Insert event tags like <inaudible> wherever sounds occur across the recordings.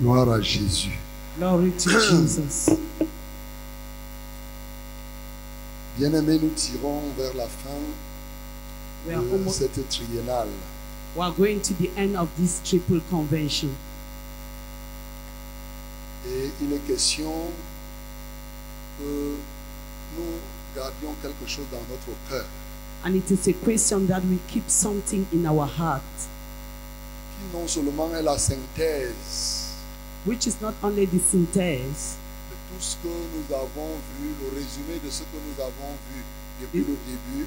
Gloire à Jésus. Glory to Jesus. Bien-aimés, nous tirons vers la fin We are, de almost, cette triennale. we are going to the end of this triple convention. Et il est question que nous gardions quelque chose dans notre cœur And it is a question that we keep something in our heart, qui non seulement est la synthèse which is not only the synthèse, de tout ce que nous avons vu, le résumé de ce que nous avons vu depuis le début,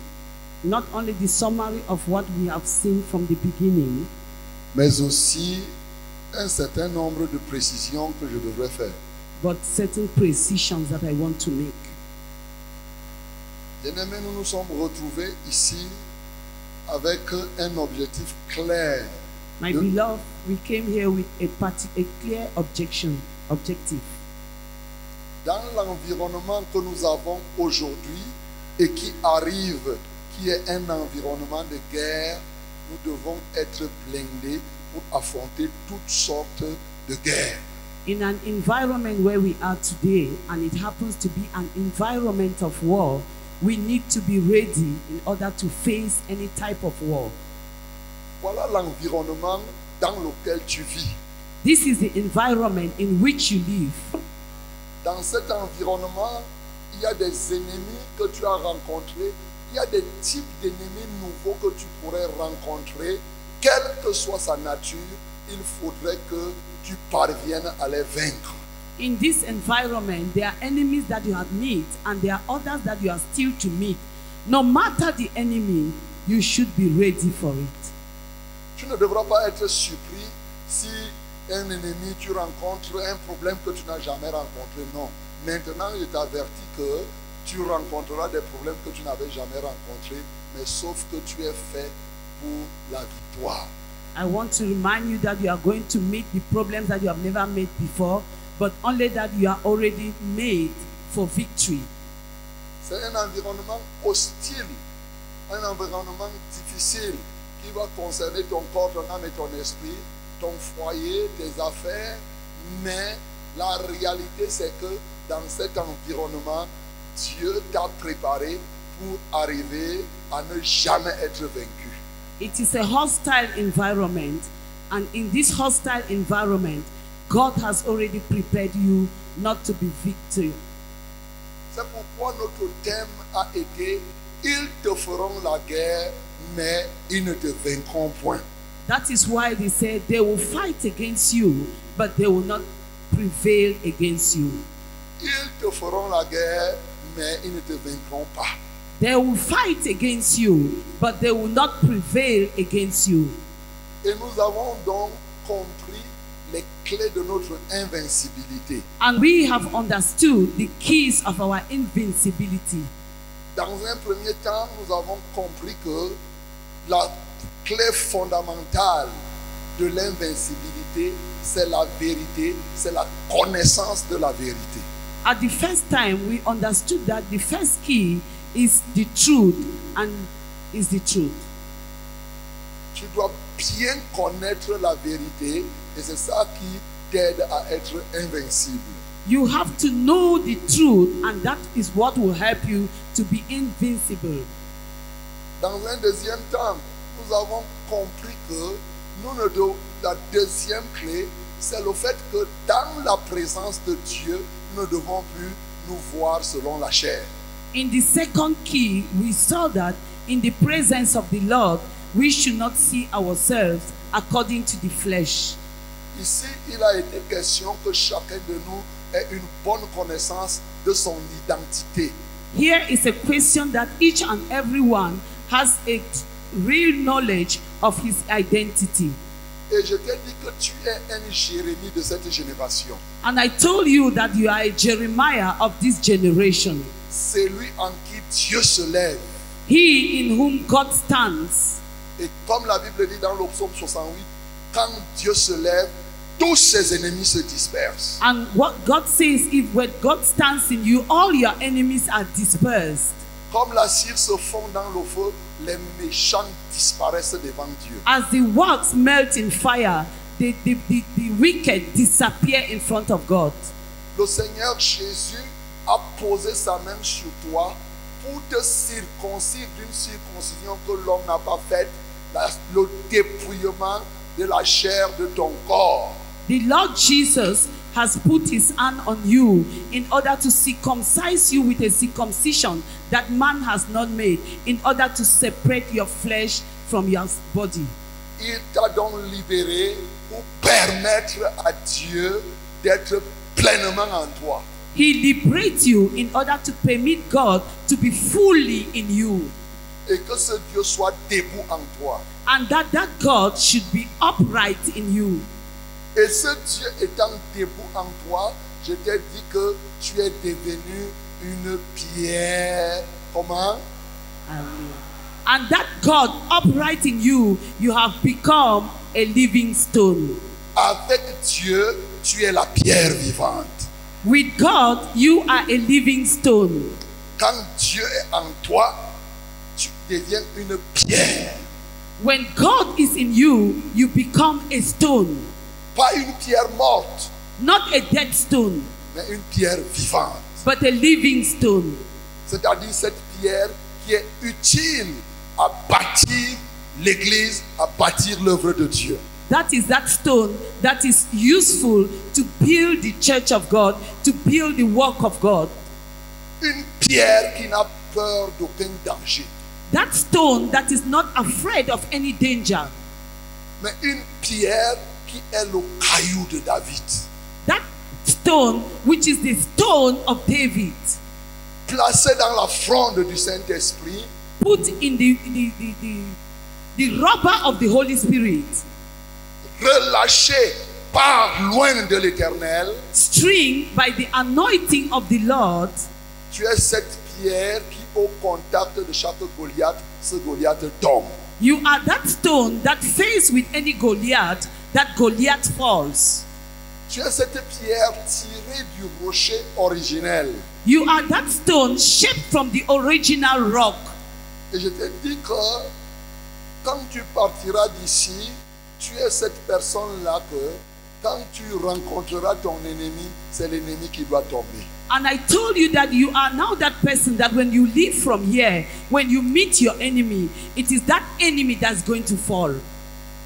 not only the summary of what we have seen from the beginning, mais aussi un certain nombre de précisions que je devrais faire. but certain precisions that I want to make. Bien-aimés, nous nous sommes retrouvés ici avec un objectif clair My Good. beloved, we came here with a, parti- a clear objection, objective. dans l'environnement que nous avons aujourd'hui et qui arrive, qui est un environnement de guerre, nous devons être blindés pour affronter toutes sortes de guerres. In an environment where we are today, and it happens to be an environment of war, we need to be ready in order to face any type of war. Voilà l'environnement dans lequel tu vis. This is the environment in which you live. Dans cet environnement, il y a des ennemis que tu as rencontrés, il y a des types d'ennemis nouveaux que tu pourrais rencontrer. Quelle que soit sa nature, il faudrait que tu parviennes à les vaincre. In this environment, there are enemies that you have met, and there are others that you are still to meet. No matter the enemy, you should be ready for it. Tu ne devras pas être surpris si un ennemi, tu rencontres un problème que tu n'as jamais rencontré. Non. Maintenant, je t'avertis que tu rencontreras des problèmes que tu n'avais jamais rencontrés, mais sauf que tu es fait pour la victoire. I want to remind you that you are going to meet the problems that you have never met before, but only that you are already made for victory. C'est un environnement hostile, un environnement difficile qui va concerner ton corps, ton âme et ton esprit, ton foyer, tes affaires. Mais la réalité, c'est que dans cet environnement, Dieu t'a préparé pour arriver à ne jamais être vaincu. It is a hostile environment, and in this hostile environment, God has already prepared you not to be victim. C'est pourquoi notre thème a été Ils te feront la guerre, mais ils ne te vaincront point. That is why they said they will fight against you, but they will not prevail against you. Ils te feront la guerre, mais ils ne te vaincront pas. They will fight against you, but they will not prevail against you. Et nous avons donc compris les clés de notre invincibilité. And we have understood the keys of our invincibility. Dans un premier temps, nous avons compris que la clé fondamentale de l'invincibilité, c'est la vérité, c'est la connaissance de la vérité. At the first time, we understood that the first key is the truth and is the truth. Tu dois bien connaître la vérité et c'est ça qui t'aide à être invincible. You have to know the truth, and that is what will help you to be invincible. Dans un deuxième temps, nous avons compris que nous ne dev- la deuxième clé, c'est le fait que dans la présence de Dieu, nous ne devons plus nous voir selon la chair. In the second key, we saw that in the presence of the Lord, we should not see ourselves according to the flesh. Ici, il a été question que chacun de nous ait une bonne connaissance de son identité. Here is a question that each and everyone has a real knowledge of his identity. Et je t'ai dit que tu es un Jérémie de cette génération. And I told you that you are a Jeremiah of this generation. C'est lui en qui Dieu se lève. He in whom God stands. Et comme la Bible dit dans le psaume 68, quand Dieu se lève, tous ses ennemis se dispersent. And what God says is when God stands in you, all your enemies are dispersed. Comme la cire se fond dans le feu, les méchants disparaissent devant Dieu. As the wax melt in fire, the, the, the, the wicked disappear in front of God. Le Seigneur Jésus a posé sa main sur toi pour te circoncire d'une circoncision que l'homme n'a pas faite, la- le dépouillement de la chair de ton corps. The Lord Jesus has put his hand on you in order to circumcise you with a circumcision that man has not made, in order to separate your flesh from your body. Il t'a donc libéré pour permettre à Dieu d'être pleinement en toi. He liberates you in order to permit God to be fully in you, Et que ce Dieu soit debout en toi. and that that God should be upright in you. Et ce Dieu étant debout en toi, je t'ai dit que tu es devenu une pierre. Comment Amen. And that God upright in you, you have become a living stone. Avec Dieu, tu es la pierre vivante. With God, you are a living stone. Quand Dieu est en toi, tu deviens une pierre. When God is in you, you become a stone, Pas une pierre morte, not a dead stone, mais une pierre vivante. but a living stone. C'est-à-dire cette pierre qui est utile à bâtir l'Église, à bâtir l'œuvre de Dieu. That is that stone that is useful to build the church of God, to build the work of God. Une pierre qui n'a peur d'aucun danger. That stone that is not afraid of any danger. mais une pierre qui est le caillou de David, That stone which is the stone of David, placée dans la fronde du Saint-Esprit, put in the, the, the, the, the rubber of the Holy Spirit, relâchée par loin de l'Éternel. string by the anointing of the Lord. Tu es cette pierre qui, au contact de chaque Goliath, ce Goliath tombe. You are that stone that faced with any Goliath, that Goliath falls. Tu es cette pierre tirée du rocher originel. You are that stone shaped from the original rock. Et je te dis que quand tu partiras d'ici, tu es cette personne-là que quand tu rencontreras ton ennemi, c'est l'ennemi qui doit tomber. And I told you that you are now that person that when you leave from here, when you meet your enemy, it is that enemy that's going to fall.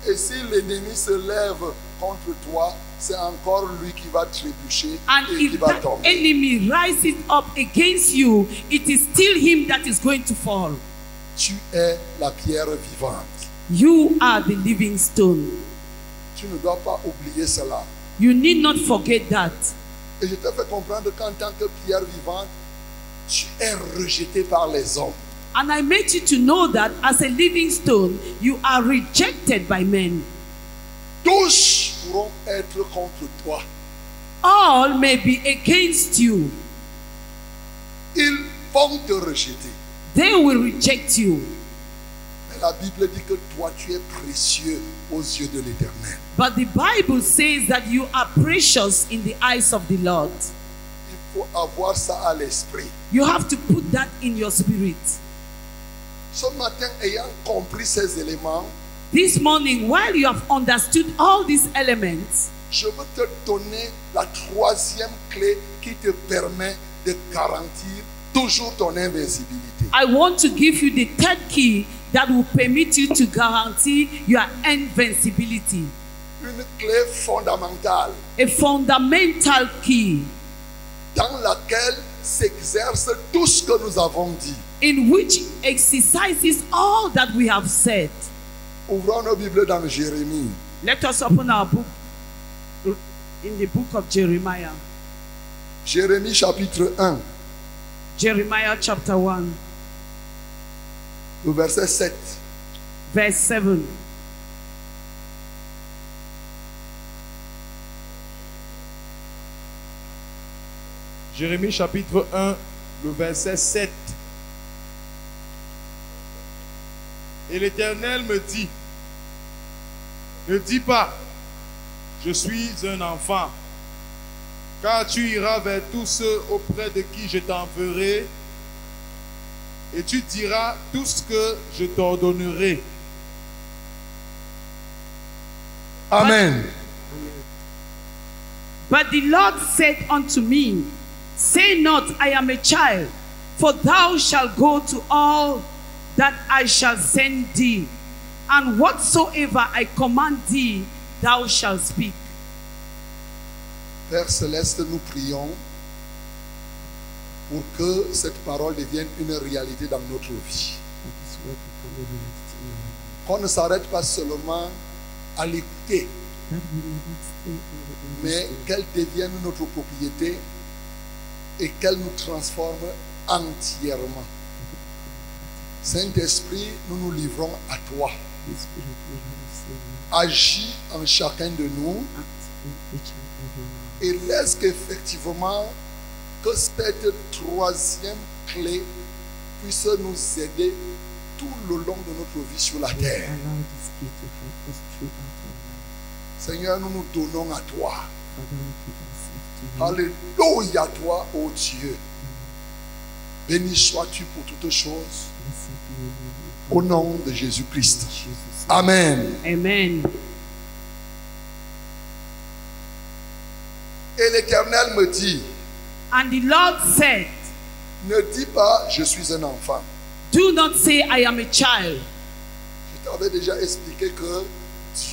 Et si l'ennemi se lève contre toi, c'est encore lui qui va trébucher And et qui if va that tomber. enemy rises up against you, it is still him that is going to fall. Tu es la pierre vivante. You are the living stone. Tu ne dois pas oublier cela. You need not forget that. Et je te fais comprendre qu'en tant que pierre vivante, tu es rejeté par les hommes. And I made you to know that as a living stone, you are rejected by men. Tous pourront être contre toi. All may be against you. Ils vont te rejeter. They will reject you. Mais la Bible dit que toi, tu es précieux aux yeux de l'Éternel. But the Bible says that you are precious in the eyes of the Lord. Il faut avoir ça à l'esprit. You have to put that in your spirit. Ce matin, ayant compris ces éléments, This morning, while you have understood all these elements, Je veux te donner la troisième clé qui te permet de garantir toujours ton invincibilité. I want to give you the third key that will permit you to guarantee your invincibility. Une clé fondamentale A fundamental key dans laquelle s'exerce tout ce que nous avons dit. in which exercises all that we have said. Ouvrons nos Bibles dans Jérémie. Let us open our book in the book of Jeremiah, Jérémie chapitre 1, Jeremiah chapter 1, le verset 7. verse 7. Jérémie chapitre 1, le verset 7. Et l'Éternel me dit, ne dis pas, je suis un enfant, car tu iras vers tous ceux auprès de qui je t'enverrai, et tu diras tout ce que je t'ordonnerai. Amen. But the Lord said unto me, Say not, I am a child, for thou shalt go to all that I shall send thee, and whatsoever I command thee, thou shalt speak. Père céleste, nous prions pour que cette parole devienne une réalité dans notre vie. that this word become a reality in our life. Qu'on ne s'arrête pas seulement à l'écouter, That we never stay in the mais industry, qu'elle devienne notre propriété et qu'elle nous transforme entièrement. Saint-Esprit, nous nous livrons à toi. the spirit will have the same Agis en chacun de nous act in each and every one. et laisse qu'effectivement que cette troisième clé puisse nous aider tout le long de notre vie sur la terre. Allow this key to help us throughout our life. Seigneur, nous nous donnons à toi. Father, we give ourselves to you. Alléluia à toi, ô Dieu. Béni sois-tu pour toutes choses, Blessed be your name, O au nom de Jésus-Christ. Jesus. Amen. Amen. Et l'Éternel me dit, And the Lord said, ne dis pas, je suis un enfant. Do not say, I am a child. Je t'avais déjà expliqué que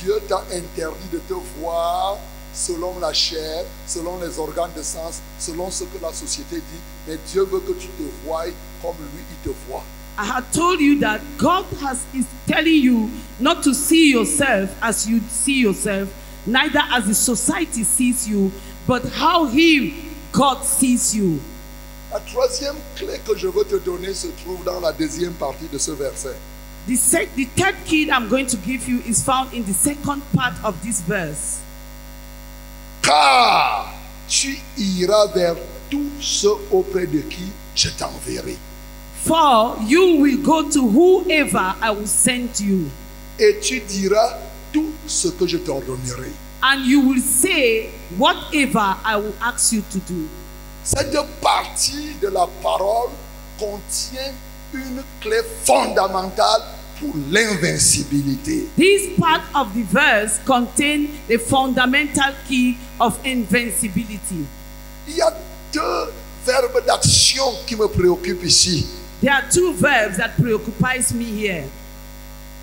Dieu t'a interdit de te voir selon la chair, selon les organes de sens, selon ce que la société dit, mais Dieu veut que tu te voies comme lui, il te voit. I had told you that God has is telling you not to see yourself as you see yourself, neither as the society sees you, but how He, God, sees you. La troisième clé que je veux te donner se trouve dans la deuxième partie de ce verset. The, sec- the third key I'm going to give you is found in the second part of this verse. car tu iras vers tous ceux auprès de qui je t'enverrai. For you will go to whoever I will send you, Et tu diras tout ce que je t'ordonnerai. and you will say whatever I will ask you to do. Cette partie de la parole contient une clé fondamentale pour l'invincibilité. This part of the verse contains the fundamental key of invincibility. Il y a deux verbes d'action qui me préoccupent ici. There are two verbs that preoccupies me here.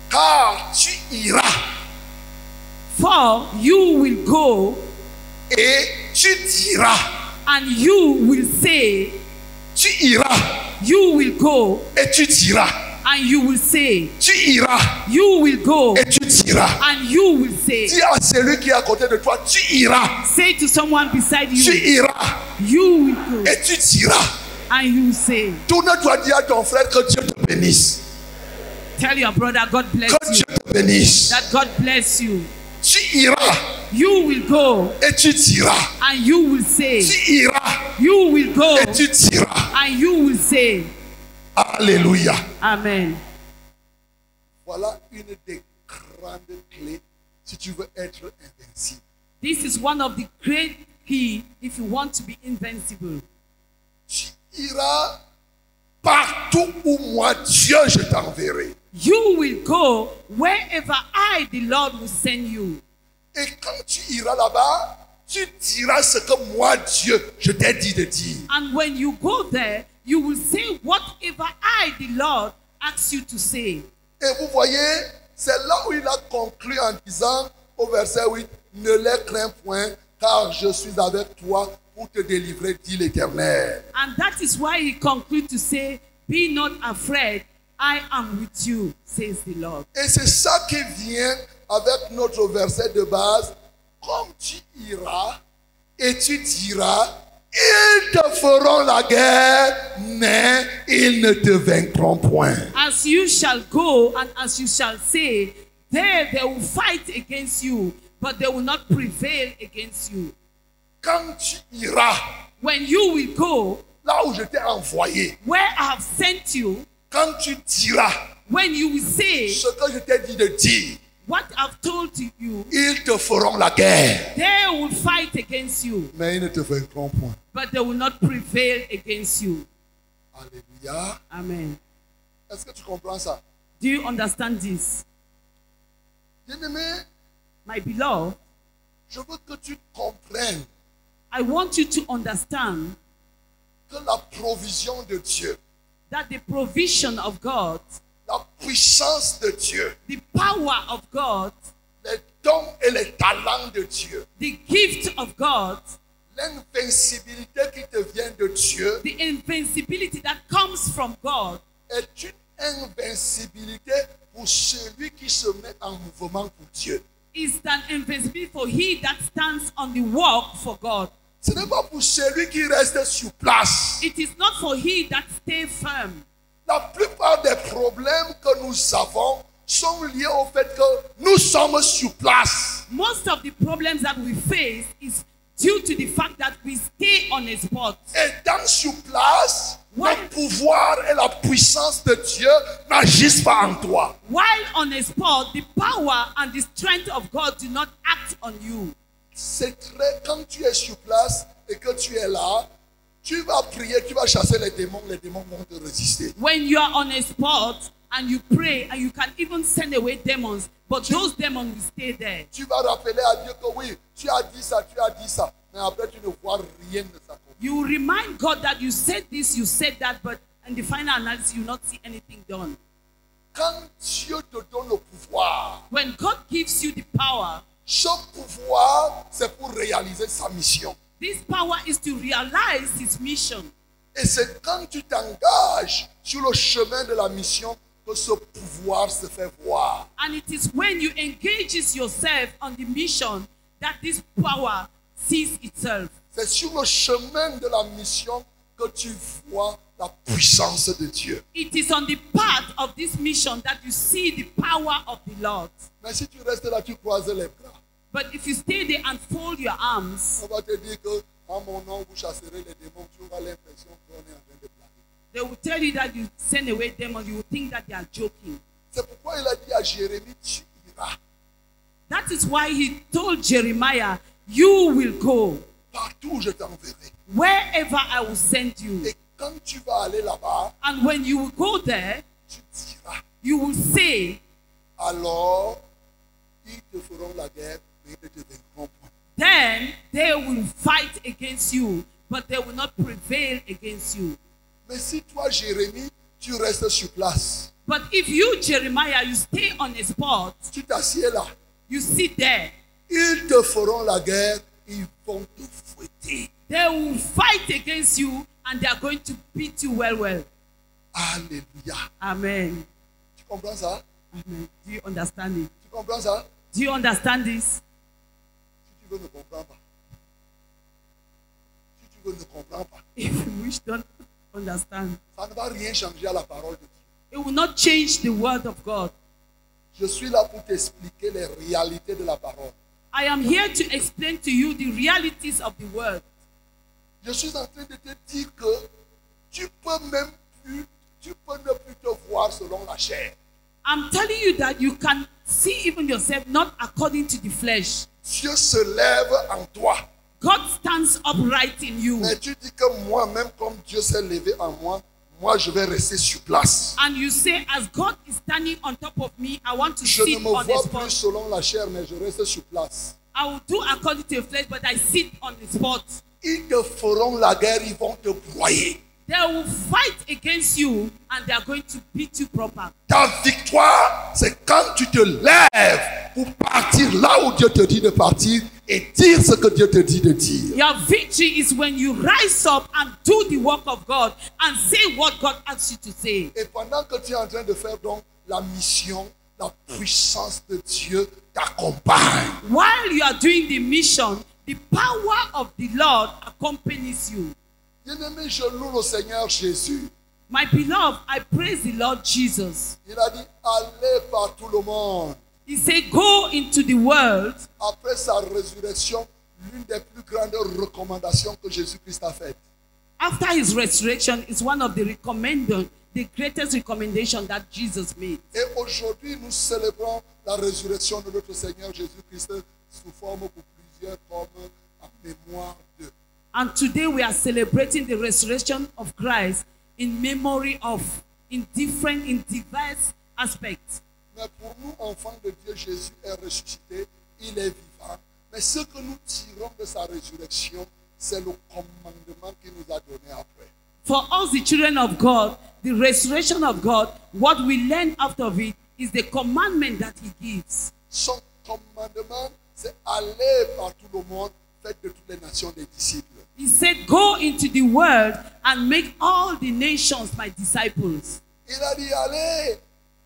Car tu iras For you will go et tu diras. and you will say, Tu iras you will go et tu diras. and you will say, Tu iras you will go et tu diras. and you will say. Dis à celui qui est à côté de toi, tu iras, Say to someone beside tu you, iras you will go et tu diras. and you will say. Tourne-toi, dis à ton frère que Dieu te bénisse. Tell your brother, God bless Que you. Dieu te bénisse. That God bless you. Tu iras You will go et tu diras. and you will say. Tu iras You will go et tu diras. and you will say. Alléluia. Amen. Voilà une des grandes clés si tu veux être invincible. This is one of the great key if you want to be invincible. Tu iras partout où moi, Dieu, je t'enverrai. You will go wherever I, the Lord, will send you. Et quand tu iras là-bas, tu diras ce que moi, Dieu, je t'ai dit de dire. And when you go there, you will say whatever I, the Lord, asks you to say. Et vous voyez, c'est là où il a conclu en disant au verset 8, ne les crains point, car je suis avec toi pour te délivrer, dit l'Éternel. And that is why he concludes to say, Be not afraid, I am with you, says the Lord. Et c'est ça qui vient avec notre verset de base. Comme tu iras et tu diras, ils te feront la guerre, mais ils ne te vaincront point. As you shall go and as you shall say, there they will fight against you, but they will not prevail against you. Quand tu iras When you will go, là où je t'ai envoyé, where I have sent you, quand tu diras when you will say ce que je t'ai dit de dire, what I've told to you, Ils te feront la guerre, they will fight against you, mais ils ne te vaincront point. but they will not prevail against you. Alléluia. Amen. Est-ce que tu comprends ça? Do you understand this? Bien-aimé, My beloved, je veux que tu comprennes I want you to understand que la provision de Dieu, that the provision of God, la puissance de Dieu, the power of God, les dons et les talents de Dieu, the gift of God, l'invincibilité qui te vient de Dieu the invincibility that comes from God est une invincibilité pour celui qui se met en mouvement pour Dieu. is an invincibility for he that stands on the walk for God. Ce n'est pas pour celui qui reste sur place. It is not for he that stay firm. La plupart des problèmes que nous avons sont liés au fait que nous sommes sur place. Most of the problems that we face is due to the fact that we stay on a spot. Et dans sur place, Ouais. le pouvoir et la puissance de Dieu n'agissent pas en toi. While on a spot, the power and the strength of God do not act on you. C'est très quand tu es sur place et que tu es là, tu vas prier, tu vas chasser les démons, les démons vont te résister. When you are on a spot and you pray and you can even send away demons, but those demons will stay there. Tu vas rappeler à Dieu que oui, tu as dit ça, tu as dit ça, mais après tu ne vois rien de ça. You remind God that you said this, you said that, but in the final analysis, you will not see anything done. Quand Dieu te donne le pouvoir, When God gives you the power, ce pouvoir, c'est pour réaliser sa mission. this power is to realize His mission. Et c'est quand tu t'engages sur le chemin de la mission que ce pouvoir se fait voir. And it is when you engages yourself on the mission that this power sees itself. C'est sur le chemin de la mission que tu vois la puissance de Dieu. It is on the path of this mission that you see the power of the Lord. Mais si tu restes là, tu croises les bras. But if you stay there and fold your arms, On va te dire que en mon nom, vous chasserez les démons. Tu auras l'impression qu'on est en train de planer. they will tell you that you send away demons. You will think that they are joking. C'est pourquoi il a dit à Jérémie, tu iras That is why he told Jeremiah, You will go partout où je t'enverrai. wherever I will send you. Et quand tu vas aller là-bas, And when you will go there, tu diras. you will say, Alors, ils te feront la guerre, mais ils ne te vaincront point. Then they will fight against you, but they will not prevail against you. Mais si toi, Jérémie, tu restes sur place, But if you, Jeremiah, you stay on a spot, tu t'assieds là, you sit there, ils te feront la guerre, ils vont te fouetter. they will fight against you and they are going to beat you well, well. Alléluia. Amen. Tu comprends ça Amen. Do you understand it? Tu comprends ça Do you understand this? <laughs> Si tu veux, ne comprends pas. Si tu veux, ne comprends pas. If you wish, don't understand. Ça ne va rien changer à la parole de Dieu. It will not change the word of God. Je suis là pour t'expliquer les réalités de la parole. I am here to explain to you the realities of the word. Je suis en train de te dire que tu peux même plus, tu peux ne plus te voir selon la chair. I'm telling you that you can see even yourself not according to the flesh. Dieu se lève en toi. God stands upright in you, Mais tu dis que moi-même, comme Dieu s'est levé en moi, moi je vais rester sur place. and you say, As God is standing on top of me, I want to Je ne sit me on the vois plus spot. selon la chair, mais je reste sur place. I will do according to the flesh, but I sit on the spot. Ils te feront la guerre, ils vont te broyer. They will fight against you and they are going to beat you proper. Ta victoire, c'est quand tu te lèves pour partir là où Dieu te dit de partir et dire ce que Dieu te dit de dire. Your victory is when you rise up and do the work of God and say what God asks you to say. Et pendant que tu es en train de faire donc la mission, la puissance de Dieu t'accompagne. While you are doing the mission, the power of the Lord accompanies you. Bien-aimé, je loue le Seigneur Jésus. My beloved, I praise the Lord Jesus. Il a dit, allez par tout le monde. He said, Go into the world. après sa résurrection, l'une des plus grandes recommandations que Jésus-Christ a faites. After his resurrection, is one of the recommended, the greatest recommendation that Jesus made. Et aujourd'hui, nous célébrons la résurrection de notre Seigneur Jésus-Christ sous forme pour plusieurs comme en mémoire de. And today we are celebrating the resurrection of Christ in memory of, in different, in diverse aspects. Mais pour nous, enfants de Dieu, Jésus est ressuscité, il est vivant. Mais ce que nous tirons de sa résurrection C'est le commandement qu'il nous a donné après. For us, the children of God, the restoration of God, what we learn out of it is the commandment that He gives. Son commandement, c'est aller par tout le monde, faire de toutes les nations des disciples. He said, Go into the world and make all the nations my disciples. Il a dit allez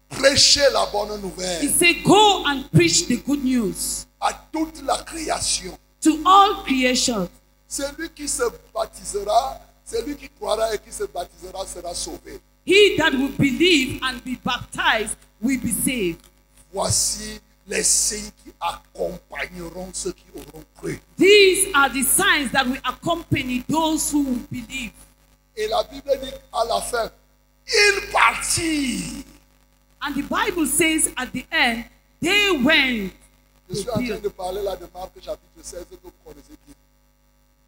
prêcher la bonne He nouvelle said, Go and preach the good news à toute la création. to all creation. Celui qui se baptisera, celui qui croira et qui se baptisera sera sauvé. He that will believe and be baptized will be saved. Voici les signes qui accompagneront ceux qui auront cru. These are the signs that will accompany those who will believe. Et la Bible dit à la fin, il partit. And the Bible says at the end, they went. Je suis en train de parler là de Marc chapitre 16 que vous connaissez qui.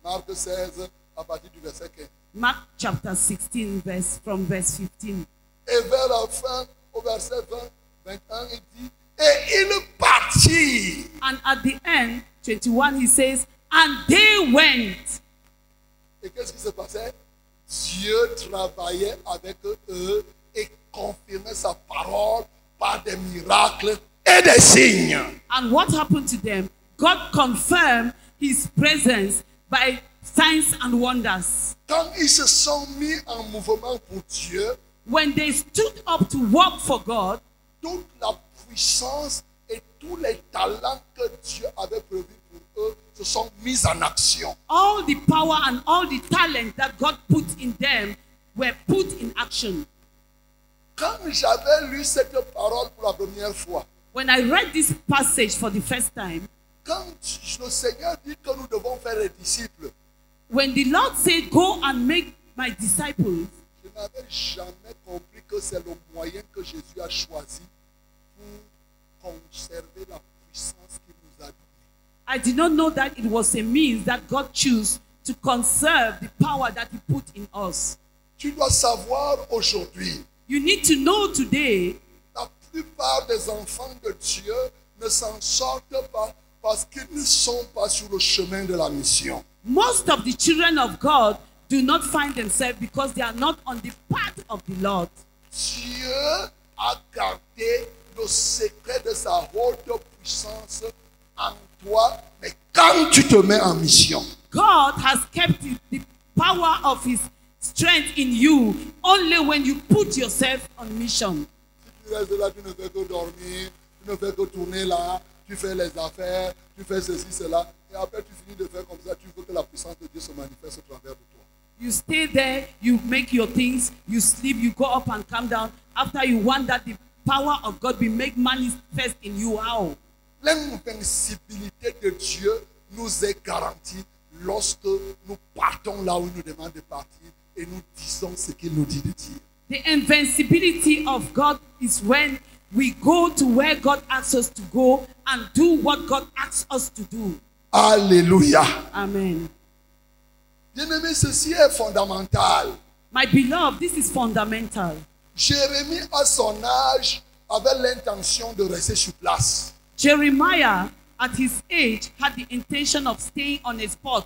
Marc 16 à partir du verset 15. Mark chapter 16, verse from verse 15. Et vers la fin, au verset 20, 21, il dit, et il partit. And at the end, 21, he says, And they went. Et qu'est-ce qui se passait Dieu travaillait avec eux et confirmait sa parole par des miracles et des signes. And what happened to them? God confirmed his presence by signs and wonders. Quand ils se sont mis en mouvement pour Dieu, When they stood up to work for God, toute la puissance et tous les talents que Dieu avait prévus pour eux se sont mis en action. all the power and all the talent that God put in them were put in action. Quand j'avais lu cette parole pour la première fois, When I read this passage for the first time, quand le Seigneur dit que nous devons faire les disciples, when the Lord said, Go and make my disciples, Je n'avais jamais compris que c'est le moyen que Jésus a choisi pour conserver la puissance qu'il nous a donnée. I did not know that it was a means that God chose to conserve the power that He put in us. Tu dois savoir aujourd'hui, You need to know today la plupart des enfants de Dieu ne s'en sortent pas parce qu'ils ne sont pas sur le chemin de la mission. most of the children of God do not find themselves because they are not on the path of the Lord. Dieu a gardé le secret de sa haute puissance en toi, mais quand tu te mets en mission, God has kept the- the power of His strength in you only when you put yourself on mission. Tu restes là, tu ne fais que dormir, tu ne fais que tourner là, tu fais les affaires, tu fais ceci, cela. Et après, tu finis de faire comme ça, tu veux que la puissance de Dieu se manifeste au travers de toi. You stay there, you make your things, you sleep, you go up and come down. After you want that the power of God be made manifest in you, how? L'invincibilité de Dieu nous est garantie lorsque nous partons là où il nous demande de partir et nous disons ce qu'il nous dit de dire. The invincibility of God is when we go to where God asks us to go and do what God asks us to do. Alléluia. Amen. Bien-aimé, ceci est fondamental. My beloved, this is fundamental. Jérémie, à son âge, avait l'intention de rester sur place. Jeremiah, at his age, had the intention of staying on a spot.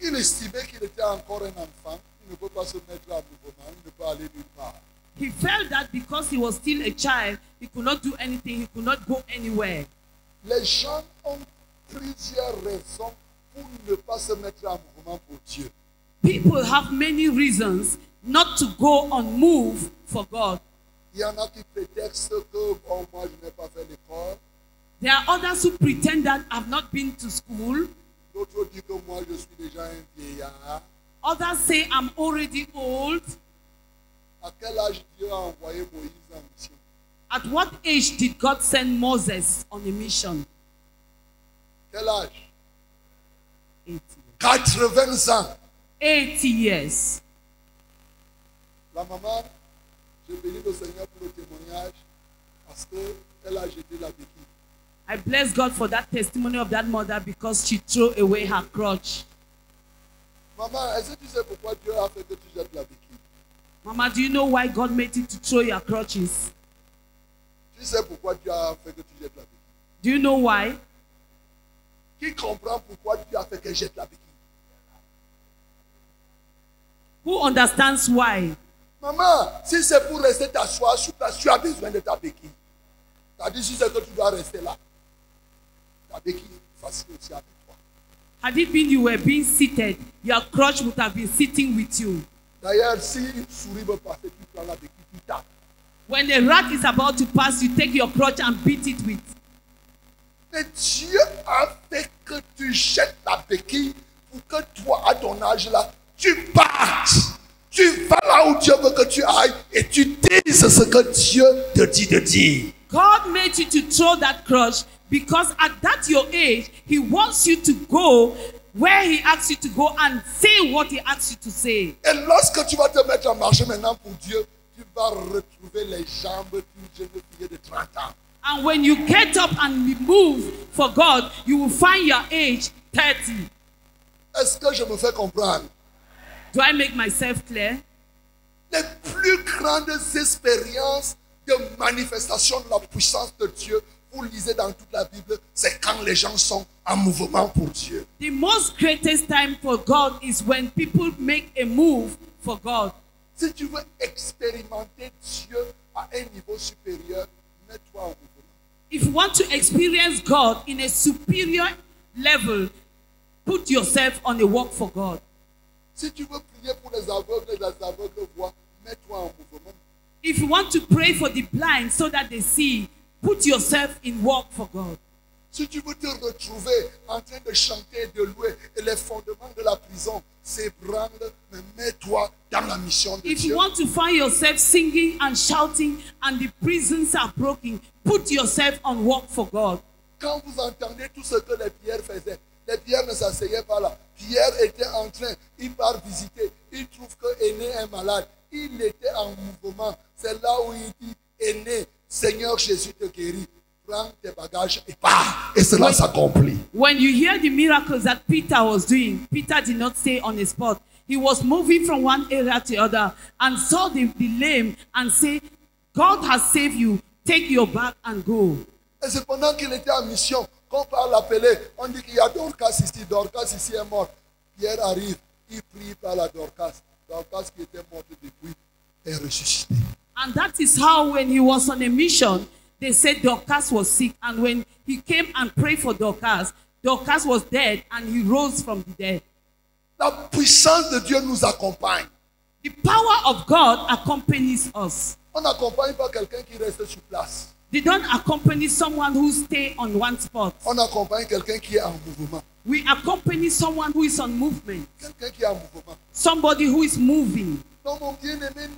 Il estimait qu'il était encore un enfant. Il ne peut pas se mettre en mouvement. Il ne peut aller nulle part. He felt that because he was still a child, he could not do anything, he could not go anywhere. Les gens ont plusieurs raisons pour ne pas se mettre en mouvement pour Dieu. People have many reasons not to go on move for God. Il y en a qui prétextent que bon, moi je n'ai pas fait l'école. There are others who pretend that I've not been to school. L'autre dit que moi je suis déjà un vieillard. Others say I'm already old. À quel âge Dieu a envoyé Moïse en mission At what age did God send Moses on a mission? Quel âge 80 80 ans. 80 years. La maman, je bénis le Seigneur pour le témoignage parce qu'elle a jeté la béquille. I bless God for that testimony of that mother because she threw away her crutch. Maman, est-ce que tu sais pourquoi Dieu a fait que tu jettes la béquille Mama, do you know why God made you to throw your crutches? Tu sais pourquoi Dieu a fait que tu jettes la béquille Do you know why? Qui comprend pourquoi Dieu a fait que je jette la béquille Who understands why? Maman, si c'est pour rester t'asseoir sur place, tu as besoin de ta béquille. T'as dit si c'est que tu dois rester là. Ta béquille, facile aussi avec toi. Had it been you were being seated, your crutch would have been sitting with you. D'ailleurs, si une souris veut passer, tu prends la béquille, tu tapes. When a rat is about to pass, you take your crutch and beat it with. Mais Dieu a fait que tu jettes la béquille pour que toi, à ton âge là, tu partes. Tu vas là où Dieu veut que tu ailles et tu dises ce que Dieu te dit de dire. God made you to throw that crutch because at that your age, He wants you to go where He asks you to go and say what He asks you to say. Et lorsque tu vas te mettre à marcher maintenant pour Dieu, tu vas retrouver les jambes d'une jeune fille de 30 ans. And when you get up and move for God, you will find your age 30. Est-ce que je me fais comprendre Do I make myself clear? Les plus grandes expériences de manifestation de la puissance de Dieu, vous lisez dans toute la Bible, c'est quand les gens sont en mouvement pour Dieu. The most greatest time for God is when people make a move for God. Si tu veux expérimenter Dieu à un niveau supérieur, mets-toi en mouvement. If you want to experience God in a superior level, put yourself on a walk for God. Si tu veux prier pour les aveugles et les aveugles voient, mets-toi en mouvement. If you want to pray for the blind so that they see, put yourself in walk for God. Si tu veux te retrouver en train de chanter et de louer et les fondements de la prison s'ébranlent, mais mets-toi dans la mission de If Dieu. you want to find yourself singing and shouting and the prisons are broken, put yourself on walk for God. Quand vous entendez tout ce que les pierres faisaient, les pierres ne s'asseyaient pas là. Pierre était en train, il part visiter, il trouve que Aîné est malade. Il était en mouvement. C'est là où il dit, Aîné, Seigneur Jésus te guérit. Prends tes bagages et pars. Et cela s'accomplit. When you hear the miracles that Peter was doing, Peter did not stay on his spot. He was moving from one area to the other and saw the, the lame and say, God has saved you. Take your bag and go. Et c'est pendant qu'il était en mission qu'on parle l'appeler. On dit qu'il y a Dorcas ici, Dorcas ici est morte. Pierre arrive, il prie par la Dorcas. Dorcas qui était morte depuis est ressuscitée. And that is how when he was on a mission, they said Dorcas was sick. And when he came and prayed for Dorcas, Dorcas was dead and he rose from the dead. La puissance de Dieu nous accompagne. The power of God accompanies us. On n'accompagne pas quelqu'un qui reste sur place. They don't accompany someone who stay on one spot. On accompagne quelqu'un qui est en mouvement. We accompany someone who is on movement. Quelqu'un qui est en mouvement. somebody who is moving. Donc mon bien-aimé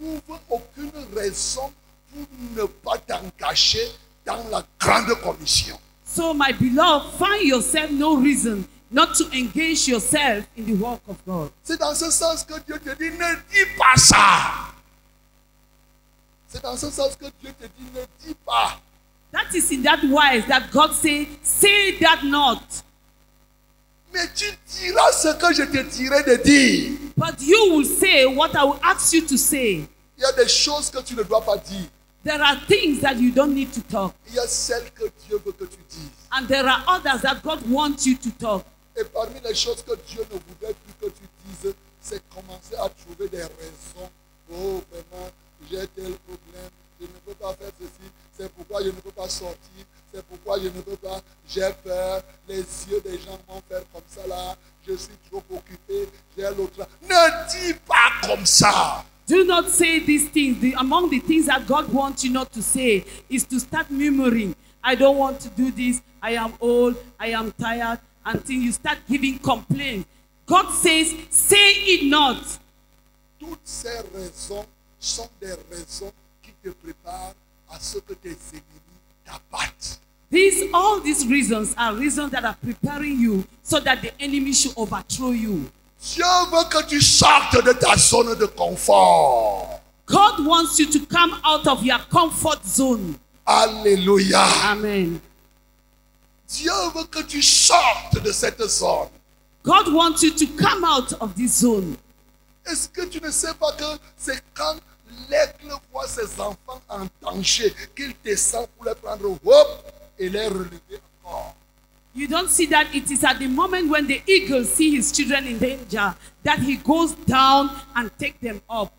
ne trouve aucune raison pour ne pas t'engager dans la grande commission. So, my beloved, find yourself no reason not to engage yourself in the work of God. C'est dans ce sens que Dieu te dit, ne dis pas ça. C'est dans ce sens que Dieu te dit, ne dis pas. That is in that wise that God say, say that not, Mais tu diras ce que je te dirai de dire. but you will say what I will ask you to say. Il y a des choses que tu ne dois pas dire. There are things that you don't need to talk, Il y a celles que Dieu veut que tu dises. and there are others that God wants you to talk. Et parmi les choses que Dieu ne voudrait plus que tu dises, c'est commencer à trouver des raisons. Oh, vraiment, j'ai tel problème. Je ne peux pas faire ceci. C'est pourquoi je ne peux pas sortir. C'est pourquoi je ne peux pas. J'ai peur. Les yeux des gens vont faire comme ça là. Je suis trop occupé. J'ai l'autre. là. Ne dis pas comme ça. Do not say these things. The, among the things that God wants you not to say is to start murmuring. I don't want to do this. I am old. I am tired. Until you start giving complaints. God says, say it not. Toutes ces raisons sont des raisons qui te préparent à ce que tes ennemis t'abattent. These, all these reasons are reasons that are preparing you so that the enemy should overthrow you. Dieu veut que tu sortes de ta zone de confort. God wants you to come out of your comfort zone. Alléluia. Amen. Dieu veut que tu sortes de cette zone. God wants you to come out of this zone. Est-ce que tu ne sais pas que c'est quand l'aigle voit ses enfants en danger qu'il descend pour les prendre, hop, et les relever encore. You don't see that it is at the moment when the eagle see his children in danger that he goes down and take them up.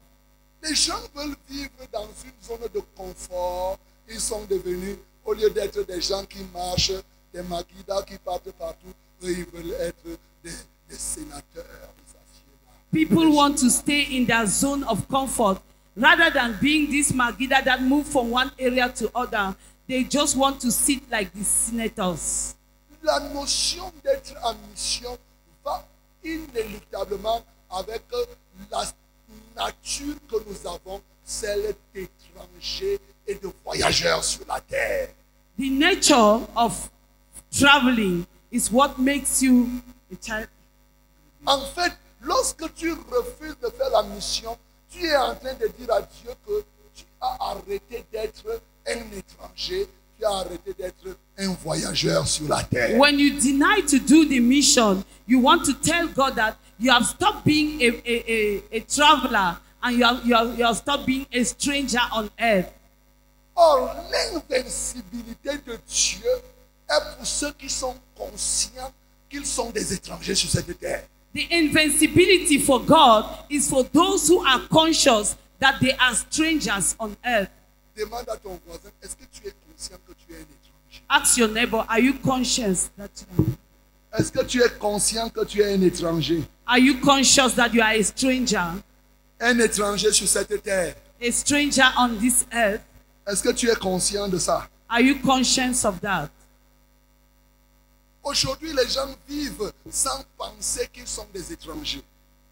Les gens veulent vivre dans une zone de confort. Ils sont devenus, au lieu d'être des gens qui marchent, des maguidas qui partent partout, eux, ils veulent être des, des sénateurs. Ils s'assiedent là. People want to stay in their zone of comfort rather than being this Magida that move from one area to other. They just want to sit like the senators. La notion d'être en mission va inéluctablement avec la nature que nous avons, celle d'étrangers et de voyageurs sur la terre. The nature of traveling is what makes you a child. En fait, lorsque tu refuses de faire la mission, tu es en train de dire à Dieu que tu as arrêté d'être un étranger, tu as arrêté d'être un voyageur sur la terre. When you deny to do the mission, you want to tell God that you have stopped being a, a, a, a traveler and you have, you, have, you have stopped being a stranger on earth. Or, l'invincibilité de Dieu est pour ceux qui sont conscients qu'ils sont des étrangers sur cette terre. The invincibility for God is for those who are conscious that they are strangers on earth. Demande à ton voisin, est-ce que tu es conscient que tu es un étranger Ask your neighbor, are you conscious that you are? Est-ce que tu es conscient que tu es un étranger Are you conscious that you are a stranger? Un étranger sur cette terre. A stranger on this earth? Est-ce que tu es conscient de ça Are you conscious of that? Aujourd'hui, les gens vivent sans penser qu'ils sont des étrangers.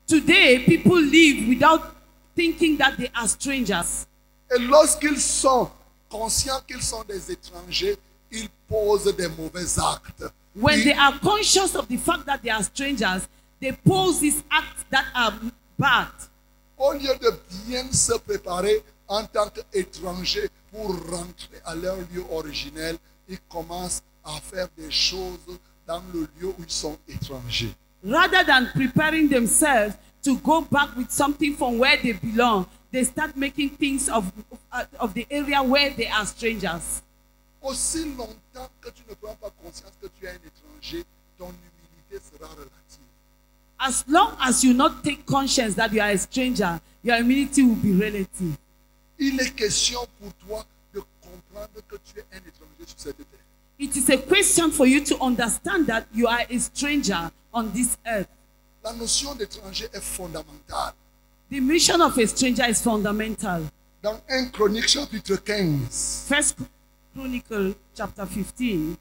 Today, people live without thinking that they are strangers. Et lorsqu'ils sont conscients qu'ils sont des étrangers, ils posent des mauvais actes. When Ils- they are conscious of the fact that they are strangers, they pose these acts that are bad. au lieu de bien se préparer en tant qu'étrangers pour rentrer à leur lieu originel, ils commencent à faire des choses dans le lieu où ils sont étrangers. Rather than preparing themselves to go back with something from where they belong, they start making things of, uh, of the area where they are strangers. Aussi longtemps que tu ne prends pas conscience que tu es un étranger, ton humilité sera relative. As long as you not take conscience that you are a stranger, your immunity will be relative. Il est question pour toi de comprendre que tu es un étranger sur cette terre. It is a question for you to understand that you are a stranger on this earth. La notion d'étranger est fondamentale. The mission of a stranger is fundamental. Dans 1 Chronique chapitre 15, First Chronicle chapter 15,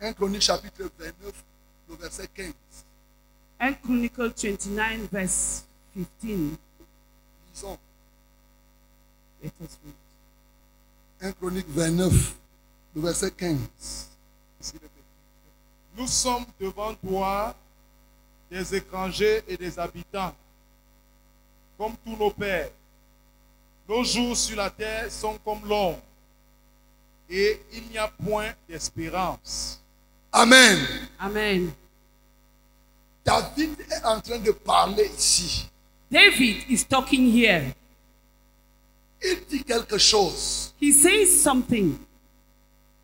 1 Chronique chapitre 29, le verset 15. and Chronicle 29, verse 15. Lisons Let us read. 1 Chronique 29, le verset 15. S'il le plaît. Nous sommes devant toi des étrangers et des habitants, comme tous nos pères. Nos jours sur la terre sont comme l'ombre, et il n'y a point d'espérance. Amen. Amen. David est en train de parler ici. David is talking here. Il dit quelque chose. He says something.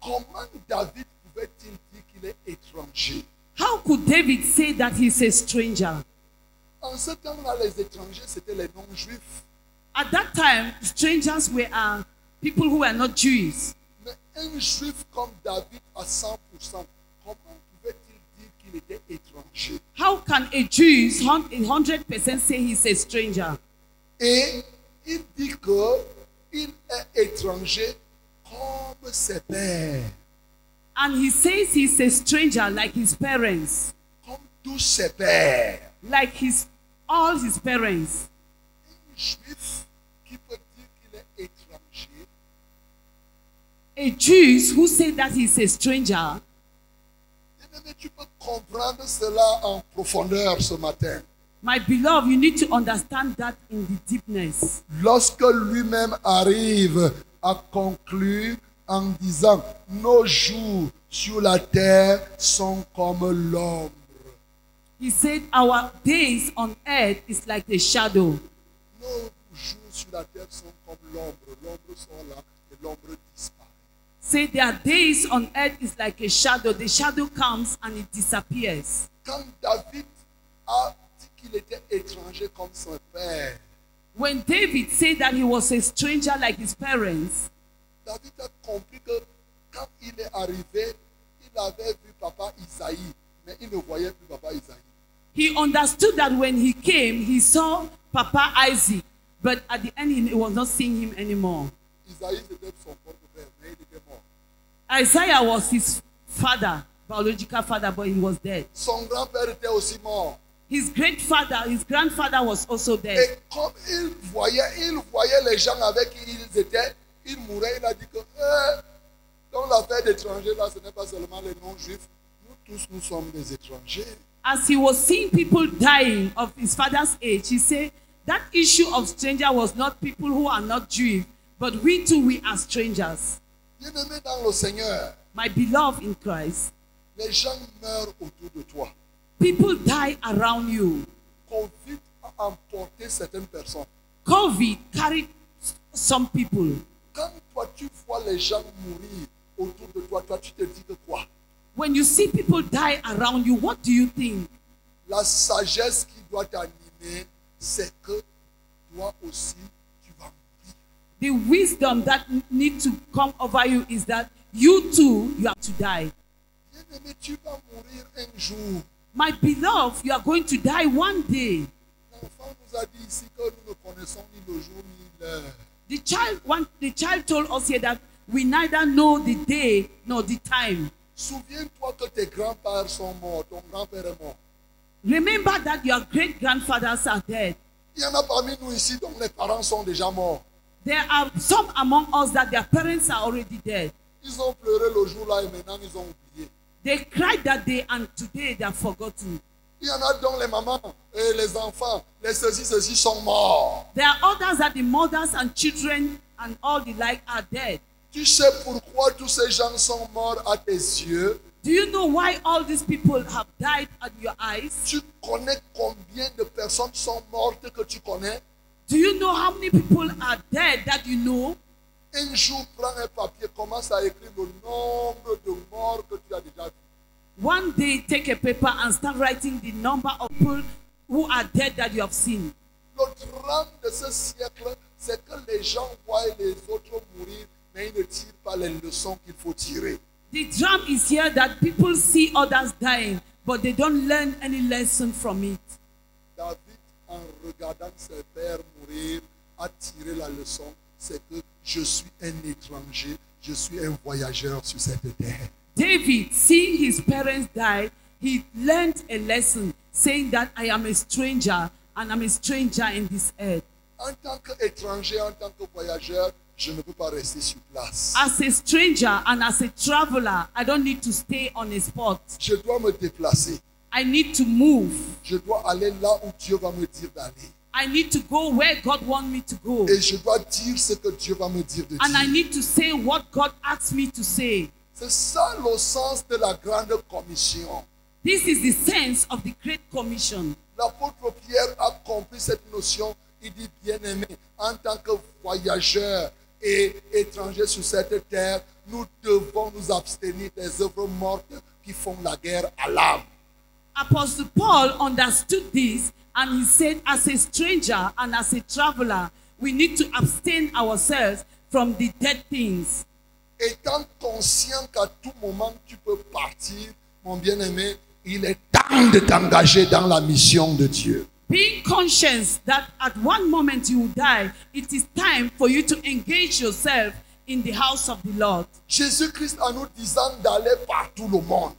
Comment David pouvait-il dire qu'il est étranger How could David say that he's a stranger? En ce temps-là, les étrangers, c'était les non-juifs. At that time, strangers were uh, people who were not Jews. Mais un juif comme David à 100%, comment pouvait-il dire qu'il était étranger How can a Jew hun- 100% say he's a stranger? Et il dit que il est étranger comme ses pères, And he says he's a stranger like his parents, comme tous ses pères. like his all his parents. Un juif qui peut dire qu'il est étranger a Jew who said that he's a stranger, Bien-aimé, Eh tu peux comprendre cela en profondeur ce matin. my beloved, you need to understand that in the deepness. Lorsque lui-même arrive à conclure en disant Nos jours sur la terre sont comme l'ombre. He said, Our days on earth is like a shadow. Nos jours sur la terre sont comme l'ombre. L'ombre sort là et l'ombre disparaît. Say their days on earth is like a shadow. The shadow comes and it disappears. Quand David a dit qu'il était étranger comme son père, When David said that he was a stranger like his parents, David a compris que quand il est arrivé, il avait vu papa Isaïe, mais il ne voyait plus papa Isaïe. he understood that when he came, he saw Papa Isaac, but at the end, he was not seeing him anymore. Isaïe était son propre père, mais il était mort. Isaiah was his father, biological father, but he was dead. Son grand-père était aussi mort. His great father, his grandfather was also dead. Et comme il voyait, il voyait les gens avec qui ils étaient, il mourait, il a dit que eh, dans l'affaire d'étrangers, là, ce n'est pas seulement les non-juifs, nous tous, nous sommes des étrangers. As he was seeing people dying of his father's age, he said, That issue of stranger was not people who are not Jewish, but we too, we are strangers. Bien-aimé dans le Seigneur, My beloved in Christ, les gens meurent autour de toi. people die around you. Covid a emporté certaines personnes. COVID carried s- some people. Quand toi, tu vois les gens mourir autour de toi, toi, tu te dis que quoi When you see people die around you, what do you think? La sagesse qui doit t'animer, c'est que toi aussi, tu vas mourir. The wisdom that n- need to come over you is that you too, you have to die. Bien-aimé, tu vas mourir un jour. My beloved, you are going to die one day. L'enfant nous a dit ici que nous ne connaissons ni le jour ni l'heure. The child, one, the child told us here that we neither know the day nor the time. Souviens-toi que tes grands-pères sont morts, ton grand-père est mort. Remember that your great grandfathers are dead. Il y en a parmi nous ici dont les parents sont déjà morts. There are some among us that their parents are already dead. Ils ont pleuré le jour-là et maintenant ils ont oublié. They cried that day and today they are forgotten. Il y en a dont les mamans et les enfants, les ceci, ceci sont morts. There are others that the mothers and children and all the like are dead. Tu sais pourquoi tous ces gens sont morts à tes yeux Do you know why all these people have died at your eyes? Tu connais combien de personnes sont mortes que tu connais Do you know how many people are dead that you know? Un jour, prends un papier, commence à écrire le nombre de morts que tu as déjà vus. One day take a paper and start writing the number of people who are dead that you have seen. Le drame de ce siècle, c'est que les gens voient les autres mourir, mais ils ne tirent pas les leçons qu'il faut tirer. The drum is here that people see others dying, but they don't learn any lesson from it. David, en regardant ses pères mourir, a tiré la leçon, c'est que je suis un étranger, je suis un voyageur sur cette terre. David, seeing his parents die, he learned a lesson saying that I am a stranger and I'm a stranger in this earth. En tant qu'étranger, en tant que voyageur, je ne peux pas rester sur place. As a stranger and as a traveler, I don't need to stay on a spot. Je dois me déplacer. I need to move. Je dois aller là où Dieu va me dire d'aller. I need to go where God wants me to go. Et je dois dire ce que Dieu va me dire de And I dire. need to say what God asked me to say. C'est ça le sens de la grande commission. This is the sense of the Great Commission. L'apôtre Pierre a compris cette notion. Il dit, bien-aimé, en tant que voyageurs et étrangers sur cette terre, nous devons nous abstenir des œuvres mortes qui font la guerre à l'âme. Apostle Paul understood this and he said, as a stranger and as a traveler, we need to abstain ourselves from the dead things. Étant conscient qu'à tout moment tu peux partir, mon bien-aimé, il est temps de t'engager dans la mission de Dieu. Being conscious that at one moment you will die, it is time for you to engage yourself in the house of the Lord. Jésus-Christ en nous disant d'aller par tout le monde.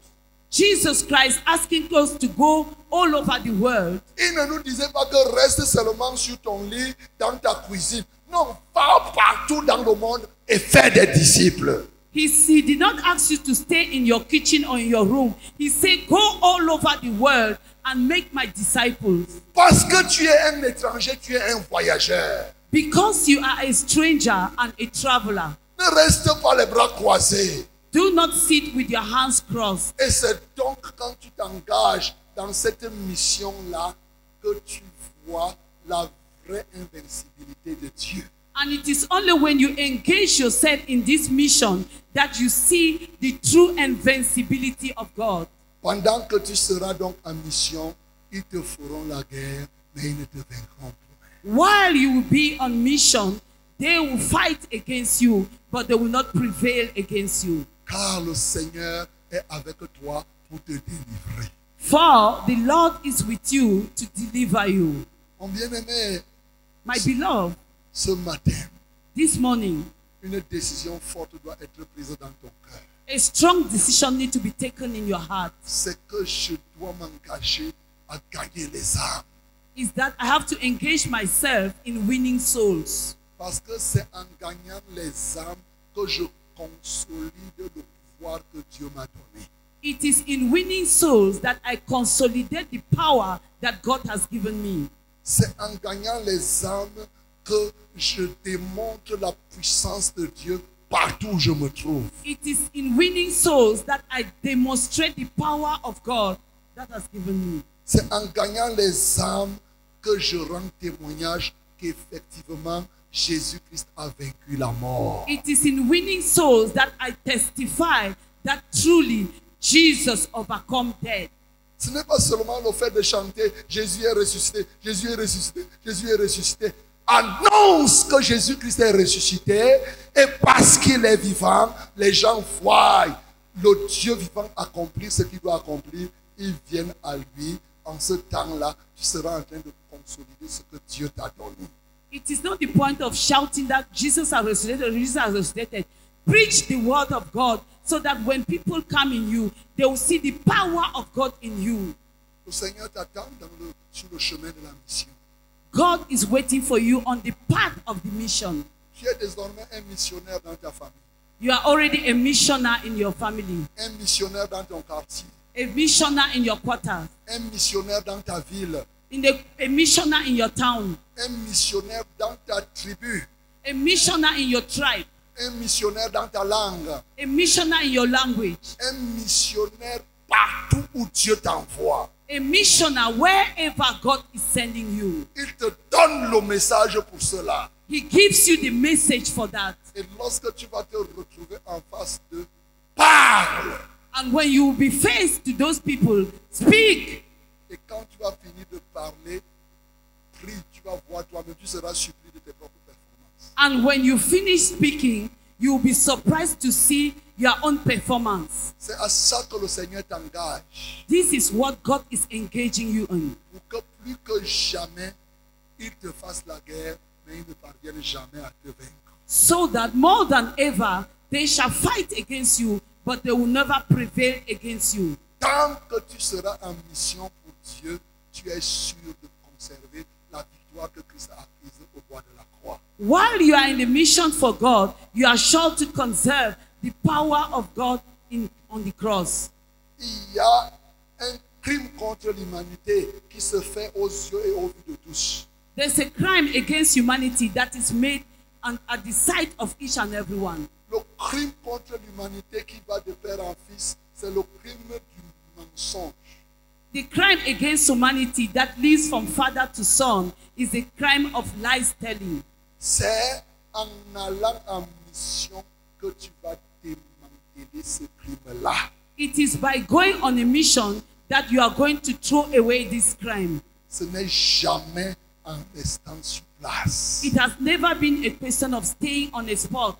Jesus Christ asking us to go all over the world. Il ne nous disait pas que reste seulement sur ton lit, dans ta cuisine. Non, va partout dans le monde et fais des disciples. He, he did not ask you to stay in your kitchen or in your room. He said, Go all over the world and make my disciples. Parce que tu es un étranger, tu es un voyageur. Because you are a stranger and a traveler, Ne reste pas les bras croisés. do not sit with your hands crossed. Et c'est donc quand tu t'engages dans cette mission-là que tu vois la vraie invincibilité de Dieu. And it is only when you engage yourself in this mission that you see the true invincibility of God. Pendant que tu seras donc en mission, ils te feront la guerre, mais ils ne te vaincront point. While you will be on mission, they will fight against you, but they will not prevail against you. Car le Seigneur est avec toi pour te délivrer. For the Lord is with you to deliver you. Mon bien-aimé, My beloved, ce matin, this morning, une décision forte doit être prise dans ton cœur. a strong decision needs to be taken in your heart. C'est que je dois m'engager à gagner les âmes. Is that I have to engage myself in winning souls. Parce que c'est en gagnant les âmes que je consolide le pouvoir que Dieu m'a donné. It is in winning souls that I consolidate the power that God has given me. C'est en gagnant les âmes que je démontre la puissance de Dieu partout où je me trouve. It is in winning souls that I demonstrate the power of God that has given me. C'est en gagnant les âmes que je rends témoignage qu'effectivement Jésus-Christ a vaincu la mort. It is in winning souls that I testify that truly Jesus overcome death. Ce n'est pas seulement le fait de chanter Jésus est ressuscité, Jésus est ressuscité, Jésus est ressuscité. Annonce que Jésus-Christ est ressuscité et parce qu'il est vivant, les gens voient le Dieu vivant accomplir ce qu'il doit accomplir. Ils viennent à lui. En ce temps-là, tu seras en train de consolider ce que Dieu t'a donné. It is not the point of shouting that Jesus has resurrected, Jesus has resurrected. Preach the word of God so that when people come in you, they will see the power of God in you. Le Seigneur t'attend dans le- sur le chemin de la mission. God is waiting for you on the path of the mission. Tu es désormais un missionnaire dans ta famille, You are already a missioner in your family, un missionnaire dans ton quartier, a missioner in your quarters, un missionnaire dans ta ville, in the, a missioner in your town, un missionnaire dans ta tribu, a missioner in your tribe, un missionnaire dans ta langue, a missioner in your language, un missionnaire partout où Dieu t'envoie. a missioner wherever God is sending you. Il te donne le message pour cela. He gives you the message for that. Et lorsque tu vas te retrouver en face de parle. And when you will be faced to those people, speak. Et quand tu vas finir de parler, prie, tu vas voir toi-même, tu seras surpris de tes propres performances. And when you finish speaking, you will be surprised to see your own performance. C'est à ça que le Seigneur t'engage. This is what God is engaging you in. Pour que plus que jamais, il te fasse la guerre, mais il ne parvienne jamais à te vaincre. So that more than ever, they shall fight against you, but they will never prevail against you. Tant que tu seras en mission pour Dieu, tu es sûr de conserver la victoire que Christ a prise au bois de la croix. While you are in the mission for God, you are sure to conserve the power of God in, on the cross. Il y a un crime contre l'humanité qui se fait aux yeux et aux vues de tous. There's a crime against humanity that is made and at the sight of each and every one. Le crime contre l'humanité qui va de père en fils, c'est le crime du mensonge. The crime against humanity that leads from father to son is a crime of lies telling. C'est en allant en mission que tu vas démanteler ce crime-là. It is by going on a mission that you are going to throw away this crime. Ce n'est jamais en restant sur place. It has never been a question of staying on a spot.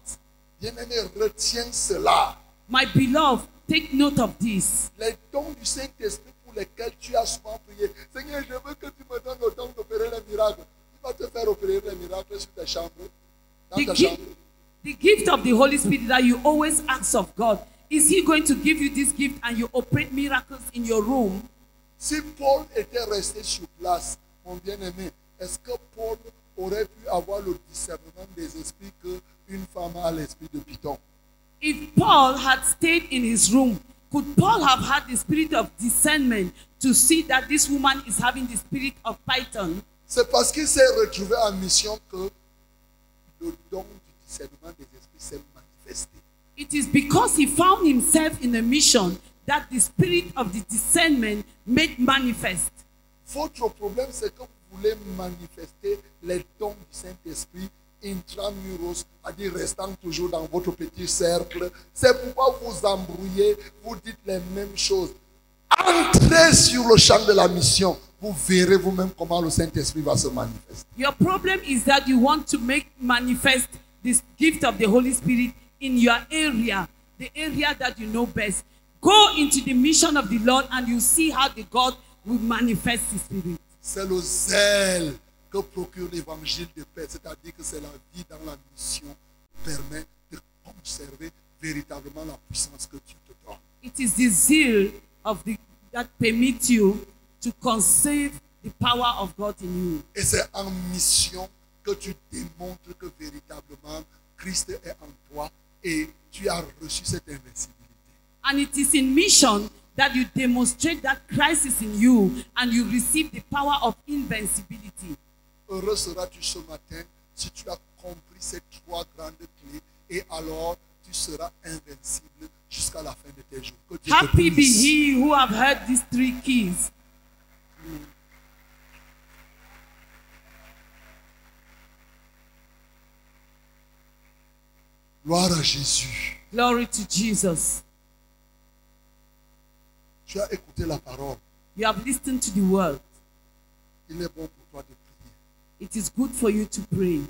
Bien-aimé, retiens cela. My beloved, take note of this. Les dons du Saint-Esprit pour lesquels tu as souvent prié. Seigneur, je veux que tu me donnes le don d'opérer les miracles. Tu vas te faire opérer les miracles sur ta chambre. Dans The, ta gi- chambre. the gift of the Holy Spirit that you always ask of God. Is He going to give you this gift and you operate miracles in your room? Si Paul était resté sur place, mon bien-aimé, est-ce que Paul aurait pu avoir le discernement des esprits qu'une femme a l'esprit de Python If Paul had stayed in his room, could Paul have had the spirit of discernment to see that this woman is having the spirit of Python? C'est parce qu'il s'est retrouvé en mission que le don du discernement des esprits s'est manifesté. It is because he found himself in a mission that the spirit of the discernment made manifest. Votre problème, c'est que vous voulez manifester les dons du Saint-Esprit intramuros, c'est-à-dire restant toujours dans votre petit cercle. C'est pourquoi vous embrouillez, vous dites les mêmes choses. Entrez sur le champ de la mission. Vous verrez vous-même comment le Saint-Esprit va se manifester. Your problem is that you want to make manifest this gift of the Holy Spirit in your area, the area that you know best. Go into the mission of the Lord and you see how the God will manifest his spirit. C'est le zèle que procure l'évangile de paix, c'est-à-dire que c'est la vie dans la mission qui permet de conserver véritablement la puissance que Dieu te donne. It is the zeal of the that permits you to conceive the power of God in you. Et c'est en mission que tu démontres que véritablement Christ est en toi et tu as reçu cette invincibilité. And it is in mission that you demonstrate that Christ is in you and you receive the power of invincibility. Heureux seras-tu ce matin si tu as compris ces trois grandes clés et alors tu seras invincible jusqu'à la fin de tes jours. Que Dieu te Happy be bénisse. he who have heard these three keys. Gloire à Jésus. Glory to Jesus. Tu as écouté la parole. You have listened to the word. Il est bon pour toi de prier. It is good for you to pray.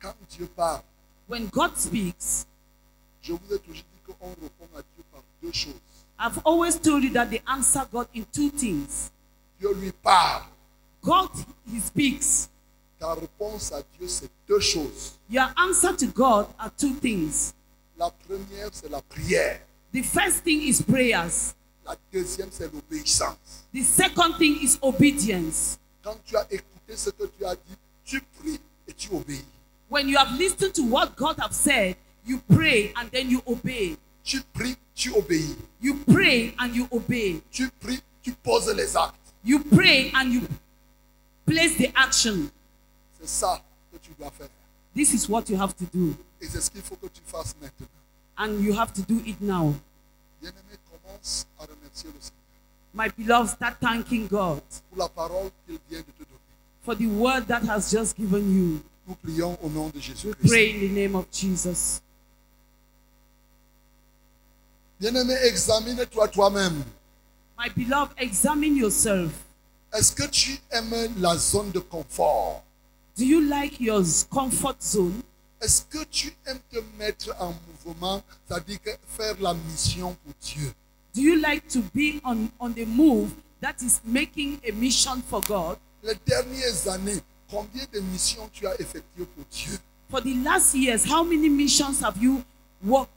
Quand Dieu parle, When God speaks, je vous ai toujours dit qu'on répond à Dieu par deux choses. I've always told you that they answer God in two things. Dieu lui parle. God, He speaks. Ta réponse à Dieu, c'est deux choses. Your answer to God are two things. La première, c'est la prière. The first thing is prayers, La deuxième, c'est l'obéissance. the second thing is obedience. Quand tu as écouté ce que tu as dit, tu pries et tu obéis. When you have listened to what God has said, you pray and then you obey. Tu pries, tu obéis. You pray and you obey. Tu pries, tu poses les actes. You pray and you place the action. C'est ça que tu dois faire. This is what you have to do, Et c'est ce qu'il faut que tu fasses maintenant. and you have to do it now. Bien-aimé, commence à remercier le Seigneur My beloved, start thanking God pour la parole qu'il vient de te donner. for the word that has just given you. Nous prions au nom de We Jésus-Christ. pray in the name of Jesus. Bien-aimé, examine-toi toi-même. My beloved, examine yourself. Est-ce que tu aimes la zone de confort? Do you like your s- comfort zone? Est-ce que tu aimes te mettre en mouvement, c'est-à-dire que faire la mission pour Dieu? Do you like to be on, on the move that is making a mission for God? Les dernières années, combien de missions tu as effectuées pour Dieu? For the last years, how many missions have you worked,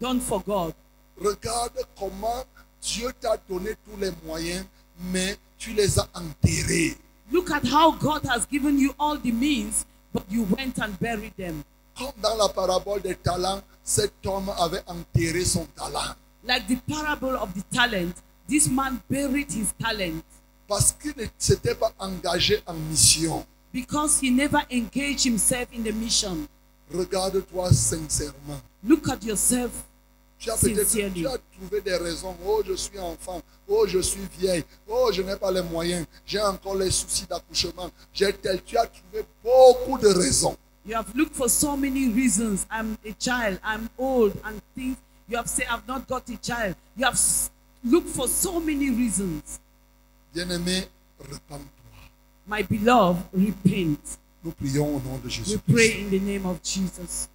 done for God? Regarde comment Dieu t'a donné tous les moyens, mais tu les as enterrés. Look at how God has given you all the means, but you went and buried them. Comme dans la parabole des talents, cet homme avait enterré son talent Like the parable of the talent, this man buried his talent parce qu'il ne s'était pas engagé en mission. because he never engaged himself in the mission. Regarde-toi sincèrement. Look at yourself Tu as peut-être Sincerely. tu as trouvé des raisons. Oh, je suis enfant. Oh, je suis vieille. Oh, je n'ai pas les moyens. J'ai encore les soucis d'accouchement. J'ai tel. Tu as trouvé beaucoup de raisons. You have looked for so many reasons. I'm a child. I'm old and things. You have said, I've not got a child. You have s- looked for so many reasons. Bien-aimé, repends-toi. My beloved, repent. Nous prions au nom de We Jésus-Christ. pray in the name of Jesus.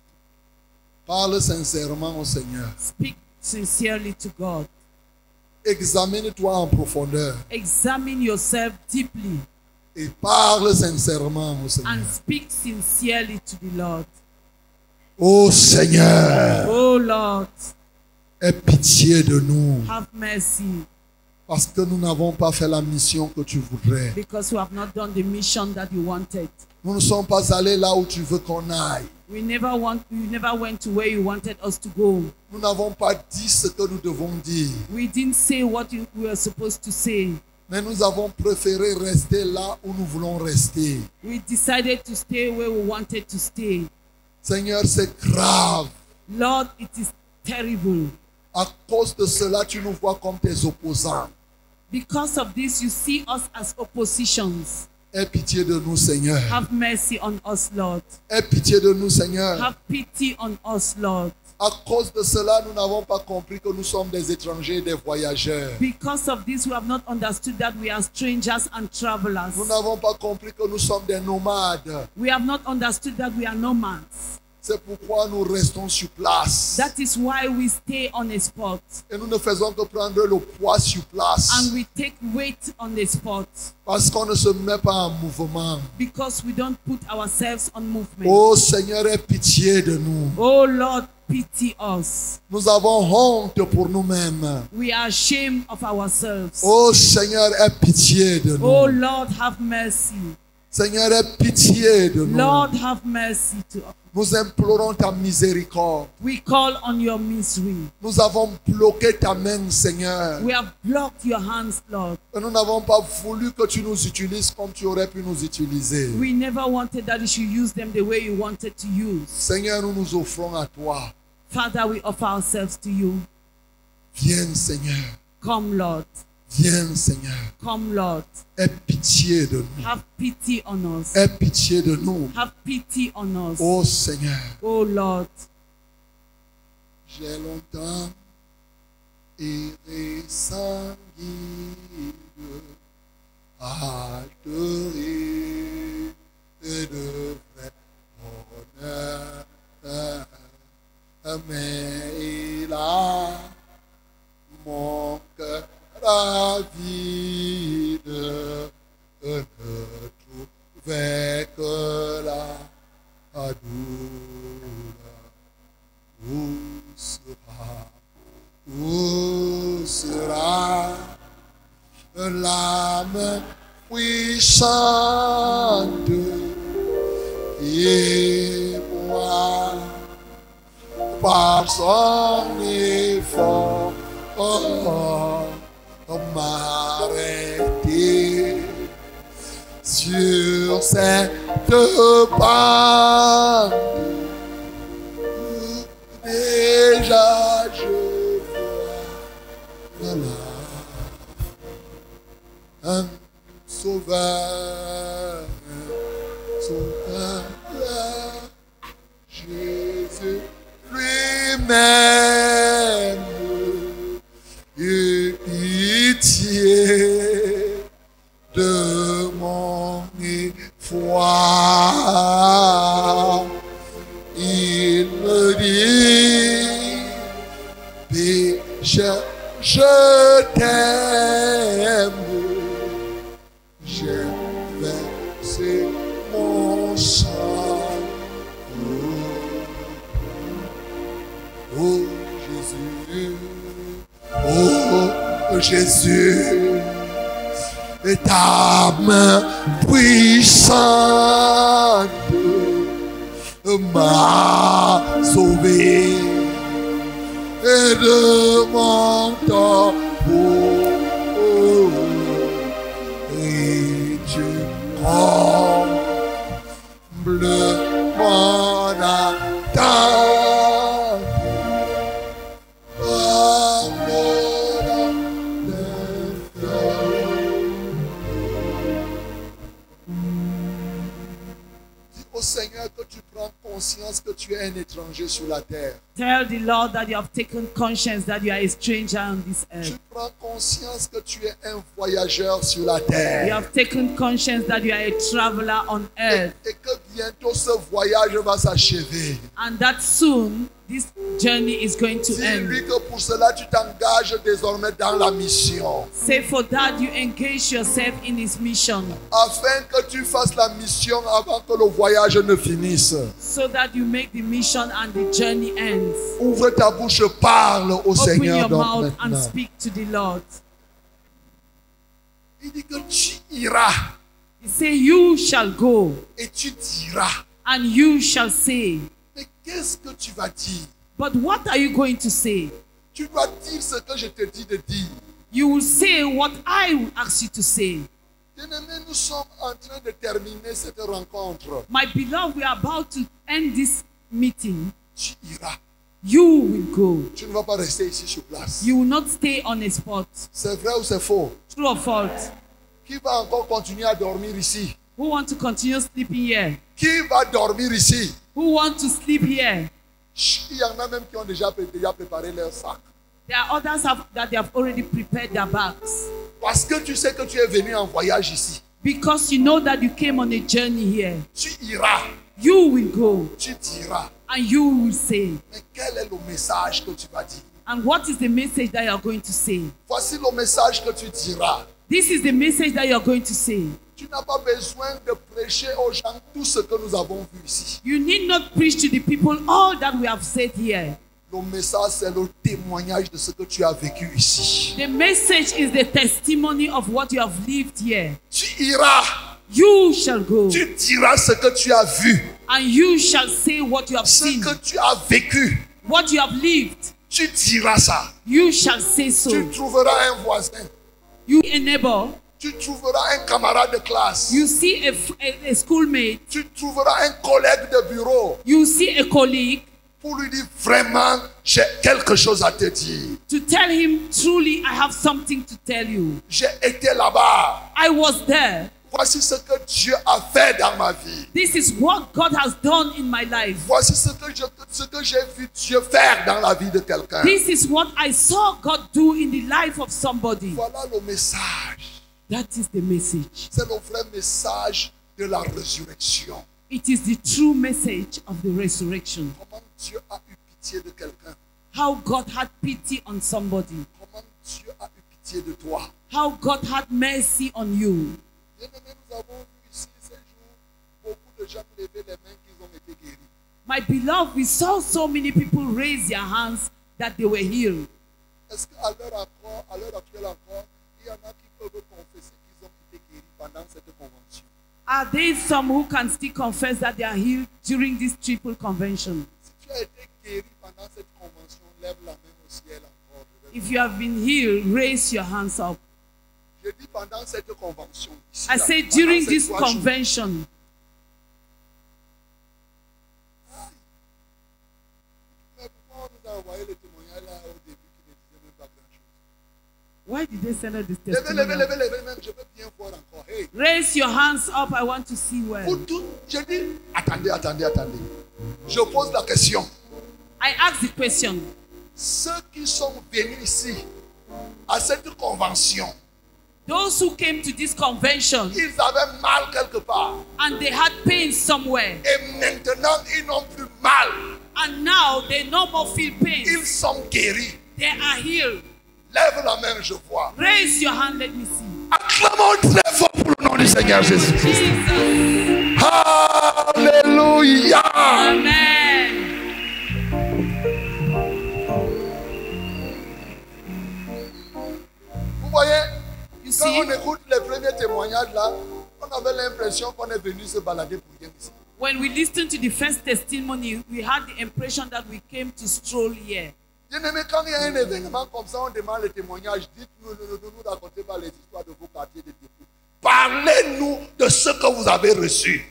Parle sincèrement au Seigneur. Speak sincerely to God. Examine-toi en profondeur Examine yourself deeply et parle sincèrement au Seigneur. and speak sincerely to the Lord. Ô Seigneur, Oh Lord, aie pitié de nous have mercy parce que nous n'avons pas fait la mission que tu voudrais. because we have not done the mission that you wanted. Nous ne sommes pas allés là où tu veux qu'on aille. We never want we never went to where you wanted us to go. Nous n'avons pas dit ce que nous devons dire, We didn't say what you, we were supposed to say. mais nous avons préféré rester là où nous voulons rester. We decided to stay where we wanted to stay. Seigneur, c'est grave. Lord, it is terrible. À cause de cela, tu nous vois comme tes opposants. Because of this, you see us as oppositions. Aie pitié de nous, Seigneur. Have mercy on us, Lord. Aie pitié de nous, Seigneur. Have pity on us, Lord. À cause de cela, nous n'avons pas compris que nous sommes des étrangers, des voyageurs. Because of this, we have not understood that we are strangers and travelers. Nous n'avons pas compris que nous sommes des nomades. We have not understood that we are nomads. C'est pourquoi nous restons sur place. That is why we stay on a spot Et nous ne faisons que prendre le poids sur place. and we take weight on the spot Parce qu'on ne se met pas en mouvement. because we don't put ourselves on movement. Oh Seigneur, aie pitié de nous. Oh Lord, pity us. Nous avons honte pour nous-mêmes. We are ashamed of ourselves. Oh Seigneur, aie pitié de nous. Oh Lord, have mercy. Seigneur, aie pitié de nous. Lord, have mercy to us. Nous implorons ta miséricorde. We call on your misery. Nous avons bloqué ta main, Seigneur. We have blocked your hands, Lord. Et nous n'avons pas voulu que tu nous utilises comme tu aurais pu nous utiliser. We never wanted that you should use them the way you wanted to use. Seigneur, nous nous offrons à toi. Father, we offer ourselves to you. Viens, Seigneur. Come, Lord. Viens, Seigneur. Come, Lord. Aie pitié de nous. Have pity on us. Aie pitié de nous. Have pity on us. Eh. Oh Seigneur, Oh, Lord. j'ai longtemps erré sans guide, adoré et de vrai bonheur. Mais il a mon cœur avide ne trouvait que la douleur. Où sera, où sera l'âme puissante qui moi par son effort oh, oh, m'arrêter sur cette pente Déjà je vois là un sauveur, un sauveur, Jésus lui-même, eu pitié de mon effroi. Il me dit, pécheur, je t'aime. J'ai versé mon sang Oh, oh Jésus, oh, oh Jésus, et ta main puissante m'a sauvé et de mon temps et tu combles mon attente par le d'un Dis au Seigneur que tu prends conscience que tu es un étranger sur la terre. Tell the Lord that you have taken conscience that you are a stranger on this Tu earth. prends conscience que tu es un voyageur sur la You terre. have taken conscience that you are a traveler on Et, earth. et que bientôt ce voyage va s'achever. And that soon this journey is going to end. Dis-lui que pour cela tu t'engages désormais dans la mission. Say for that you engage yourself in his mission Afin que tu fasses la mission avant que le voyage ne finisse. so that you make the mission and the journey ends. Ouvre ta bouche, parle au Open Seigneur your donc mouth and maintenant. speak to the Lord. Il dit que tu iras He say, You shall go et tu diras. and you shall say. Mais qu'est-ce que tu vas dire But what are you going to say? Tu dois dire ce que je te dis de dire. You will say what I will ask you to say. Bien-aimés, nous sommes en train de terminer cette rencontre. My beloved, we are about to end this meeting. Tu iras. You will go. Tu ne vas pas rester ici sur place. You will not stay on a spot. C'est vrai ou c'est faux True or false? Qui va encore continuer à dormir ici Who want to continue sleeping here? Qui va dormir ici Who want to sleep here? Chut, Il y en a même qui ont déjà, pré- déjà préparé leur sac. There are others have, that they have already prepared their bags. Parce que tu sais que tu es venu en voyage ici. Because you know that you came on a journey here. Tu iras, You will go tu diras. and you will say. Mais quel est le message que tu vas dire And what is the message that you are going to say? Voici le message que tu diras. This is the message that you are going to say. Tu n'as pas besoin de prêcher aux gens tout ce que nous avons vu ici. You need not preach to the people all that we have said here. Le message, c'est le témoignage de ce que tu as vécu ici. The message is the testimony of what you have lived here. Tu iras, You shall go tu diras ce que tu as vu, and you shall say what you have ce seen, que tu as vécu. what you have lived. Tu diras ça. You shall say Tu so. trouveras un voisin. You a neighbor, Tu trouveras un camarade de classe. you see a, f- a- a schoolmate, Tu trouveras un collègue de bureau you see a colleague pour lui dire vraiment, j'ai quelque chose à te dire. to tell him, truly, I have something to tell you. J'ai été là-bas. I was there. Voici ce que Dieu a fait dans ma vie. This is what God has done in my life. Voici ce que, je- ce que j'ai vu Dieu faire dans la vie de quelqu'un. This is what I saw God do in the life of somebody. Voilà le message. That is the message. C'est le vrai message de la résurrection. It is the true message of the resurrection. Comment Dieu a eu pitié de quelqu'un. How God had pity on somebody. Comment Dieu a eu pitié de toi. How God had mercy on you. Bien-aimés, nous avons vu ici ces jours beaucoup de gens lever les mains qu'ils ont été guéris. My beloved, we saw so many people raise their hands that they were healed. Est-ce qu'à l'heure encore, à l'heure actuelle encore, il y en a qui peuvent confesser qu'ils ont été guéris pendant cette convention Are there some who can still confess that they are healed during this triple convention? Si tu as été guéri pendant cette convention, lève la main au ciel encore. Je, vais- If you have been healed, raise your hands up. Je dis pendant cette convention. ici, I là, say pendant during ces this trois jours, convention, Mais pourquoi on nous a envoyé le témoignage là au début qui ne disait même pas grand-chose why did they send out this Levez, levez, testimony? levez, levez, même, je veux bien voir encore. Hey, Raise your hands up. I want to see well. pour tout, je dis, attendez, attendez, attendez. Je pose la question. I ask the question. Ceux qui sont venus ici, à cette convention, Those who came to this convention ils avaient mal quelque part. and they had pain somewhere, Et maintenant, ils n'ont plus mal. and now they no more feel pain. Ils sont guéris. They are healed. Lève la main, je vois. Raise your hand. Let me see. Acclamons très fort pour le nom du Seigneur Jésus. Jesus. Alléluia. Amen. Vous voyez, quand You see, on écoute les premiers témoignages là, on avait l'impression qu'on est venu se balader pour rien ici. when we listened to the first testimony, we had the impression that we came to stroll here. Bien aimé, quand il y a un événement comme ça, on demande les témoignages. Dites-nous, ne nous, nous racontez pas les histoires de vos quartiers de dépôt. Parlez-nous de ce que vous avez reçu.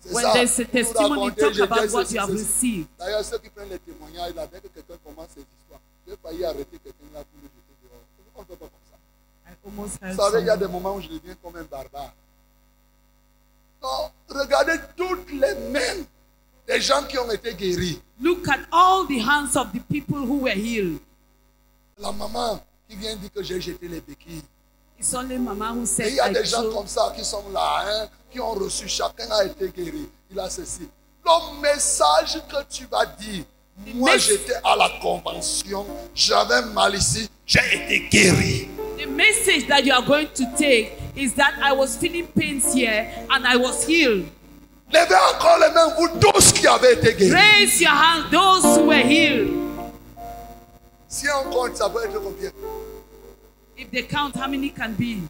C'est When ça. there's a Nous testimony, racontez, talk j'étais about what ceci, you have ceci. received. D'ailleurs, ceux qui prennent les témoignages, là, dès que quelqu'un commence ses histoires, j'ai failli arrêter quelqu'un là pour le jeter dehors. On ne peut pas comme ça. I almost heard Vous savez, il y a someone. des moments où je deviens comme un barbare. Non, regardez toutes les mains des gens qui ont été guéris. Look at all the hands of the people who were healed. La maman qui vient dire que j'ai jeté les béquilles. It's only Mama who Et said, il y a I des gens chose- comme ça qui sont là, hein, qui ont reçu, chacun a été guéri. Il a ceci. Le message que tu vas dire, moi mes- j'étais à la convention, j'avais mal ici, j'ai été guéri. The message that you are going to take is that I was feeling pains here and I was healed. Levez encore les mains, vous tous qui avez été guéris. Raise your hand, those who were healed. Si on compte, ça peut être combien If they count, how many can be?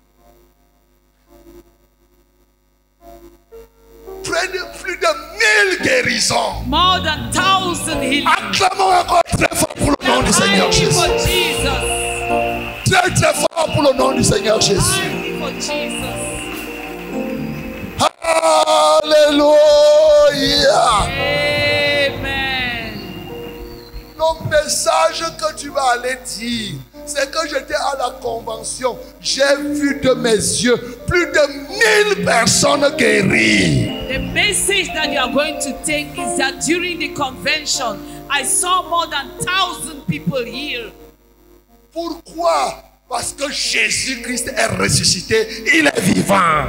Près de plus de 1000 guérisons. More than thousand healings. Acclamons encore très fort pour le nom du Seigneur Thank you Jésus. for Jesus. Très très fort pour le nom du Seigneur Jésus. Thank you for Jesus. Alléluia. Amen. Le message que tu vas aller dire, c'est que j'étais à la convention. J'ai vu de mes yeux plus de 1000 personnes guéries. The message that you are going to take is that during the convention, I saw more than thousand people here Pourquoi Parce que Jésus-Christ est ressuscité, il est vivant.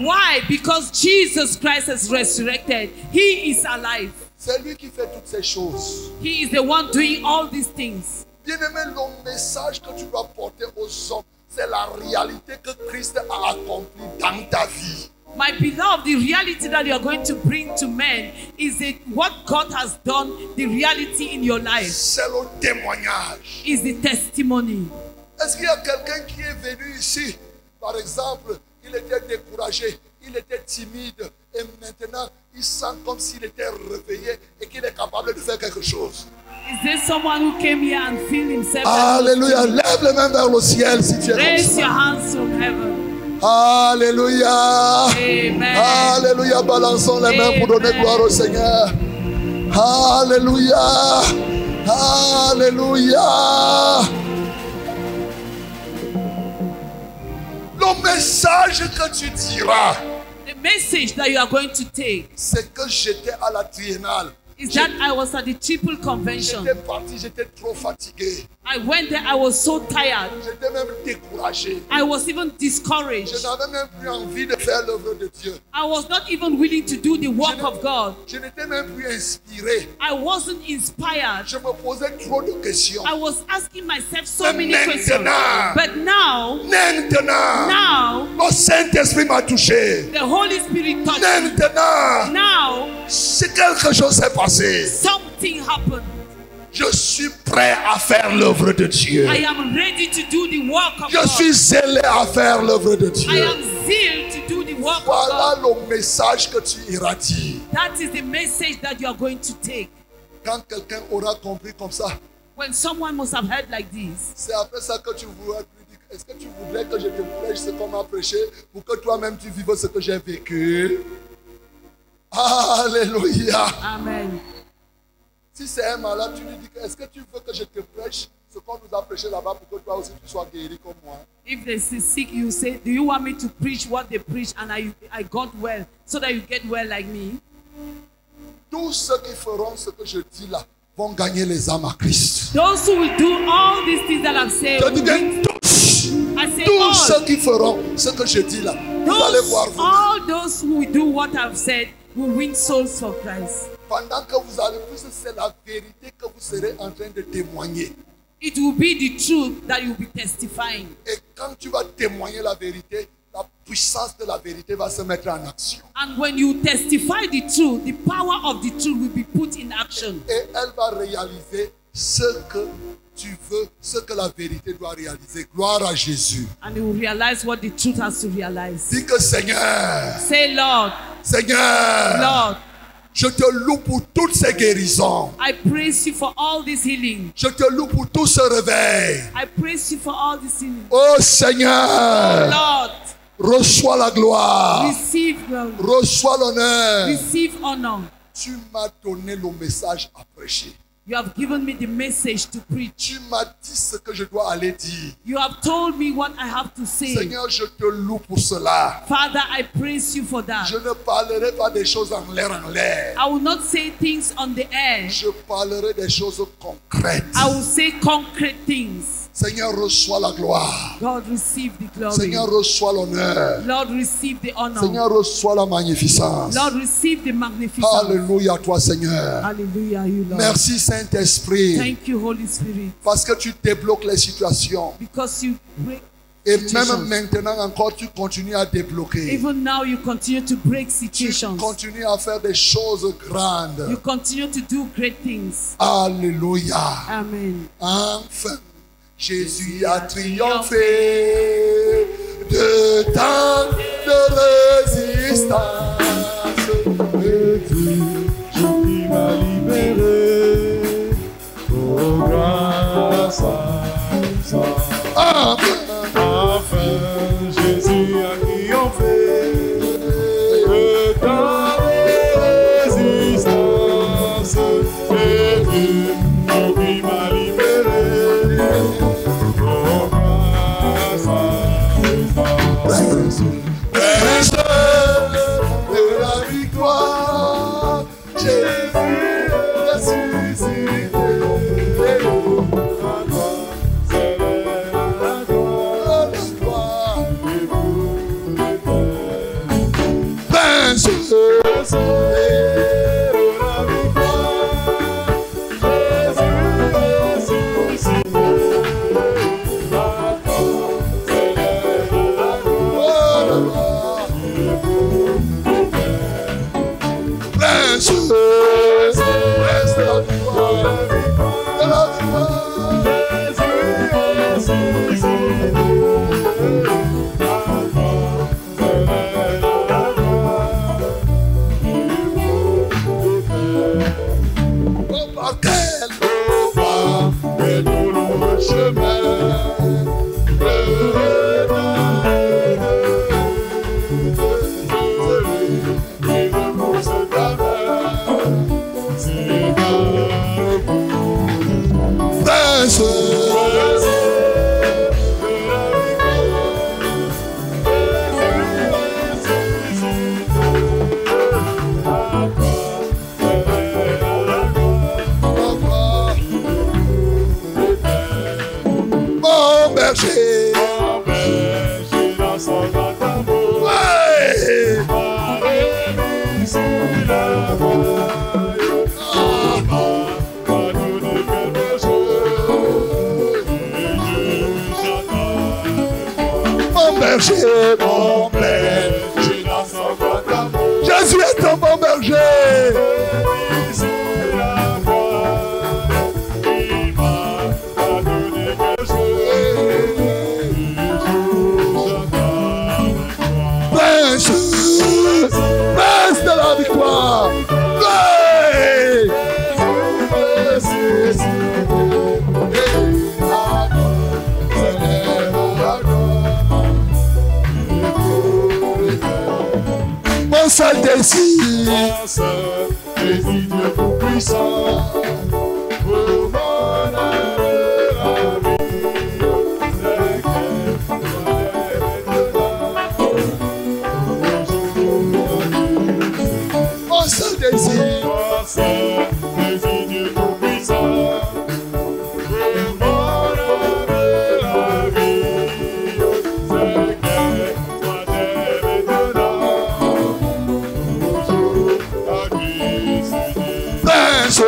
Why? Because Jesus Christ is resurrected. He is alive. C'est lui qui fait toutes ces choses. He is the one doing all these things. Bien-aimé, le message que tu dois porter aux hommes, c'est la réalité que Christ a accomplie dans ta vie. My beloved, the reality that you are going to bring to men is it what God has done, the reality in your life C'est le témoignage. is the testimony. Est-ce qu'il y a quelqu'un qui est venu ici Par exemple, il était découragé, il était timide, et maintenant, il sent comme s'il était réveillé et qu'il est capable de faire quelque chose. Is there someone who came here and feel himself? Alléluia. Lève les mains vers le ciel si tu es comme Raise ça. your hands to heaven. Alléluia. Amen. Alléluia, balançons les mains pour donner Amen. gloire au Seigneur. Alléluia. Alléluia. Le message que tu diras, The message that you are going to take c'est que j'étais à la triennale. is that I was at the triple convention. J'étais parti, j'étais trop fatigué. I went there, I was so tired. J'étais même découragé. I was even Je discouraged. n'avais même plus envie de faire l'œuvre de Dieu. I was not even willing to do the work of God. Je n'étais même plus inspiré. I wasn't inspired. Je me posais trop de questions. I was asking myself so Mais many questions. maintenant, But now, maintenant, now, le Saint-Esprit m'a touché. the Holy Spirit touched me. Maintenant, Now, si quelque chose s'est passé, something happened. je suis prêt à faire l'œuvre de Dieu. I am ready to do the work of Je suis God. zélé à faire l'œuvre de I Dieu. am zealed to do the work of Voilà God. le message que tu iras dire. That is the message that you are going to take. Quand quelqu'un aura compris comme ça, When someone must have heard like this, c'est après ça que tu voudras lui dire, est-ce que tu voudrais que je te prêche ce qu'on m'a prêché pour que toi-même tu vives ce que j'ai vécu Alléluia. Amen. Si c'est un malade, tu lui dis que, est-ce que tu veux que je te prêche ce qu'on nous a prêché là-bas pour que toi aussi tu sois guéri comme moi If they see sick, you say, Do you want me to preach what they preach and I, I got well so that you get well like me? Tous ceux qui feront ce que je dis là vont gagner les âmes à Christ. Those who will do all these things that I've said, Je dis bien tous, I say tous all, ceux qui feront ce que je dis là, vous allez voir those, vous. all those who will do what I've said will win souls for Christ. Pendant que vous allez, puisque c'est la vérité que vous serez en train de témoigner. It will be the truth that you'll be testifying. Et quand tu vas témoigner la vérité, la puissance de la vérité va se mettre en action. And when you testify the truth, the power of the truth will be put in action. Et elle va réaliser ce que tu veux, ce que la vérité doit réaliser. Gloire à Jésus. And you will realize what the truth has to realize. Dis que Seigneur, Say, Lord, Seigneur, Lord, je te loue pour toutes ces guérisons. I praise you for all this healing. Je te loue pour tout ce réveil. I praise you for all this healing. Oh Seigneur, Lord, reçois la gloire. receive glory. Reçois l'honneur. Receive honor. Tu m'as donné le message à prêcher. You have given me the message to preach. Tu m'as dit ce que je dois aller dire. You have told me what I have to say. Seigneur, je te loue pour cela. Father, I praise you for that. Je ne parlerai pas des choses en l'air en l'air. I will not say things on the air. Je parlerai des choses concrètes. I will say concrete things. Seigneur, reçois la gloire. God, receive the glory. Seigneur, reçois l'honneur. Lord, receive the honor. Seigneur, reçois la magnificence. Lord, receive the magnificence. Alléluia à toi, Seigneur. Hallelujah, you Lord. Merci, Saint-Esprit, Thank you, Holy Spirit, parce que tu débloques les situations. because you break. Et Situations. même maintenant encore, tu continues à débloquer. Even now, you continue to break Tu situations. continues à faire des choses You grandes. continue to do great things. Alléluia. Amen. Enfin, Jésus a triomphé de tant de résistance. Et tu, je qui m'a libéré, oh grâce à ça. Enfin. Enfin, Jésus a triomphé, le temps des résistances. Et tu, je qui m'a libéré, oh grâce à ça. est bon. complète. Je danse encore ta beauté Jésus est un bon berger. sous la croix. Il m'a pas donné que je toujours j'attends avec toi. Prince, prince de la victoire. Ouais. Mon seul désir, Jésus Dieu tout-puissant, pour mon âme, la vie, c'est que mon seul désir. Prince,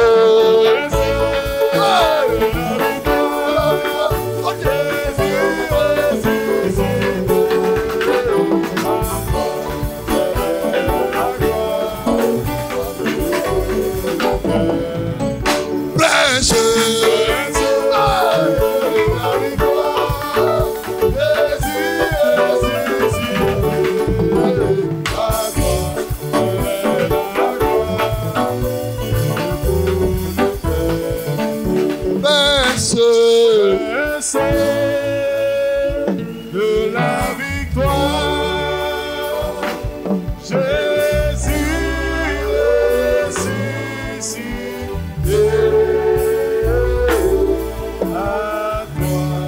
prince, prince, de la victoire. Jésus ressuscité. À toi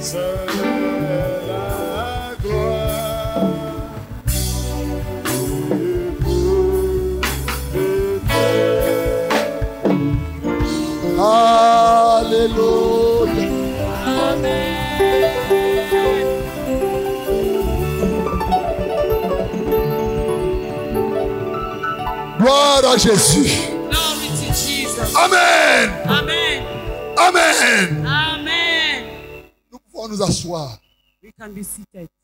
seule est la gloire. Et pour l'éternité. Alléluia. Gloire à Jésus. Glory to Jesus. Amen. Amen. Amen. Amen. Nous pouvons nous asseoir. We can be seated.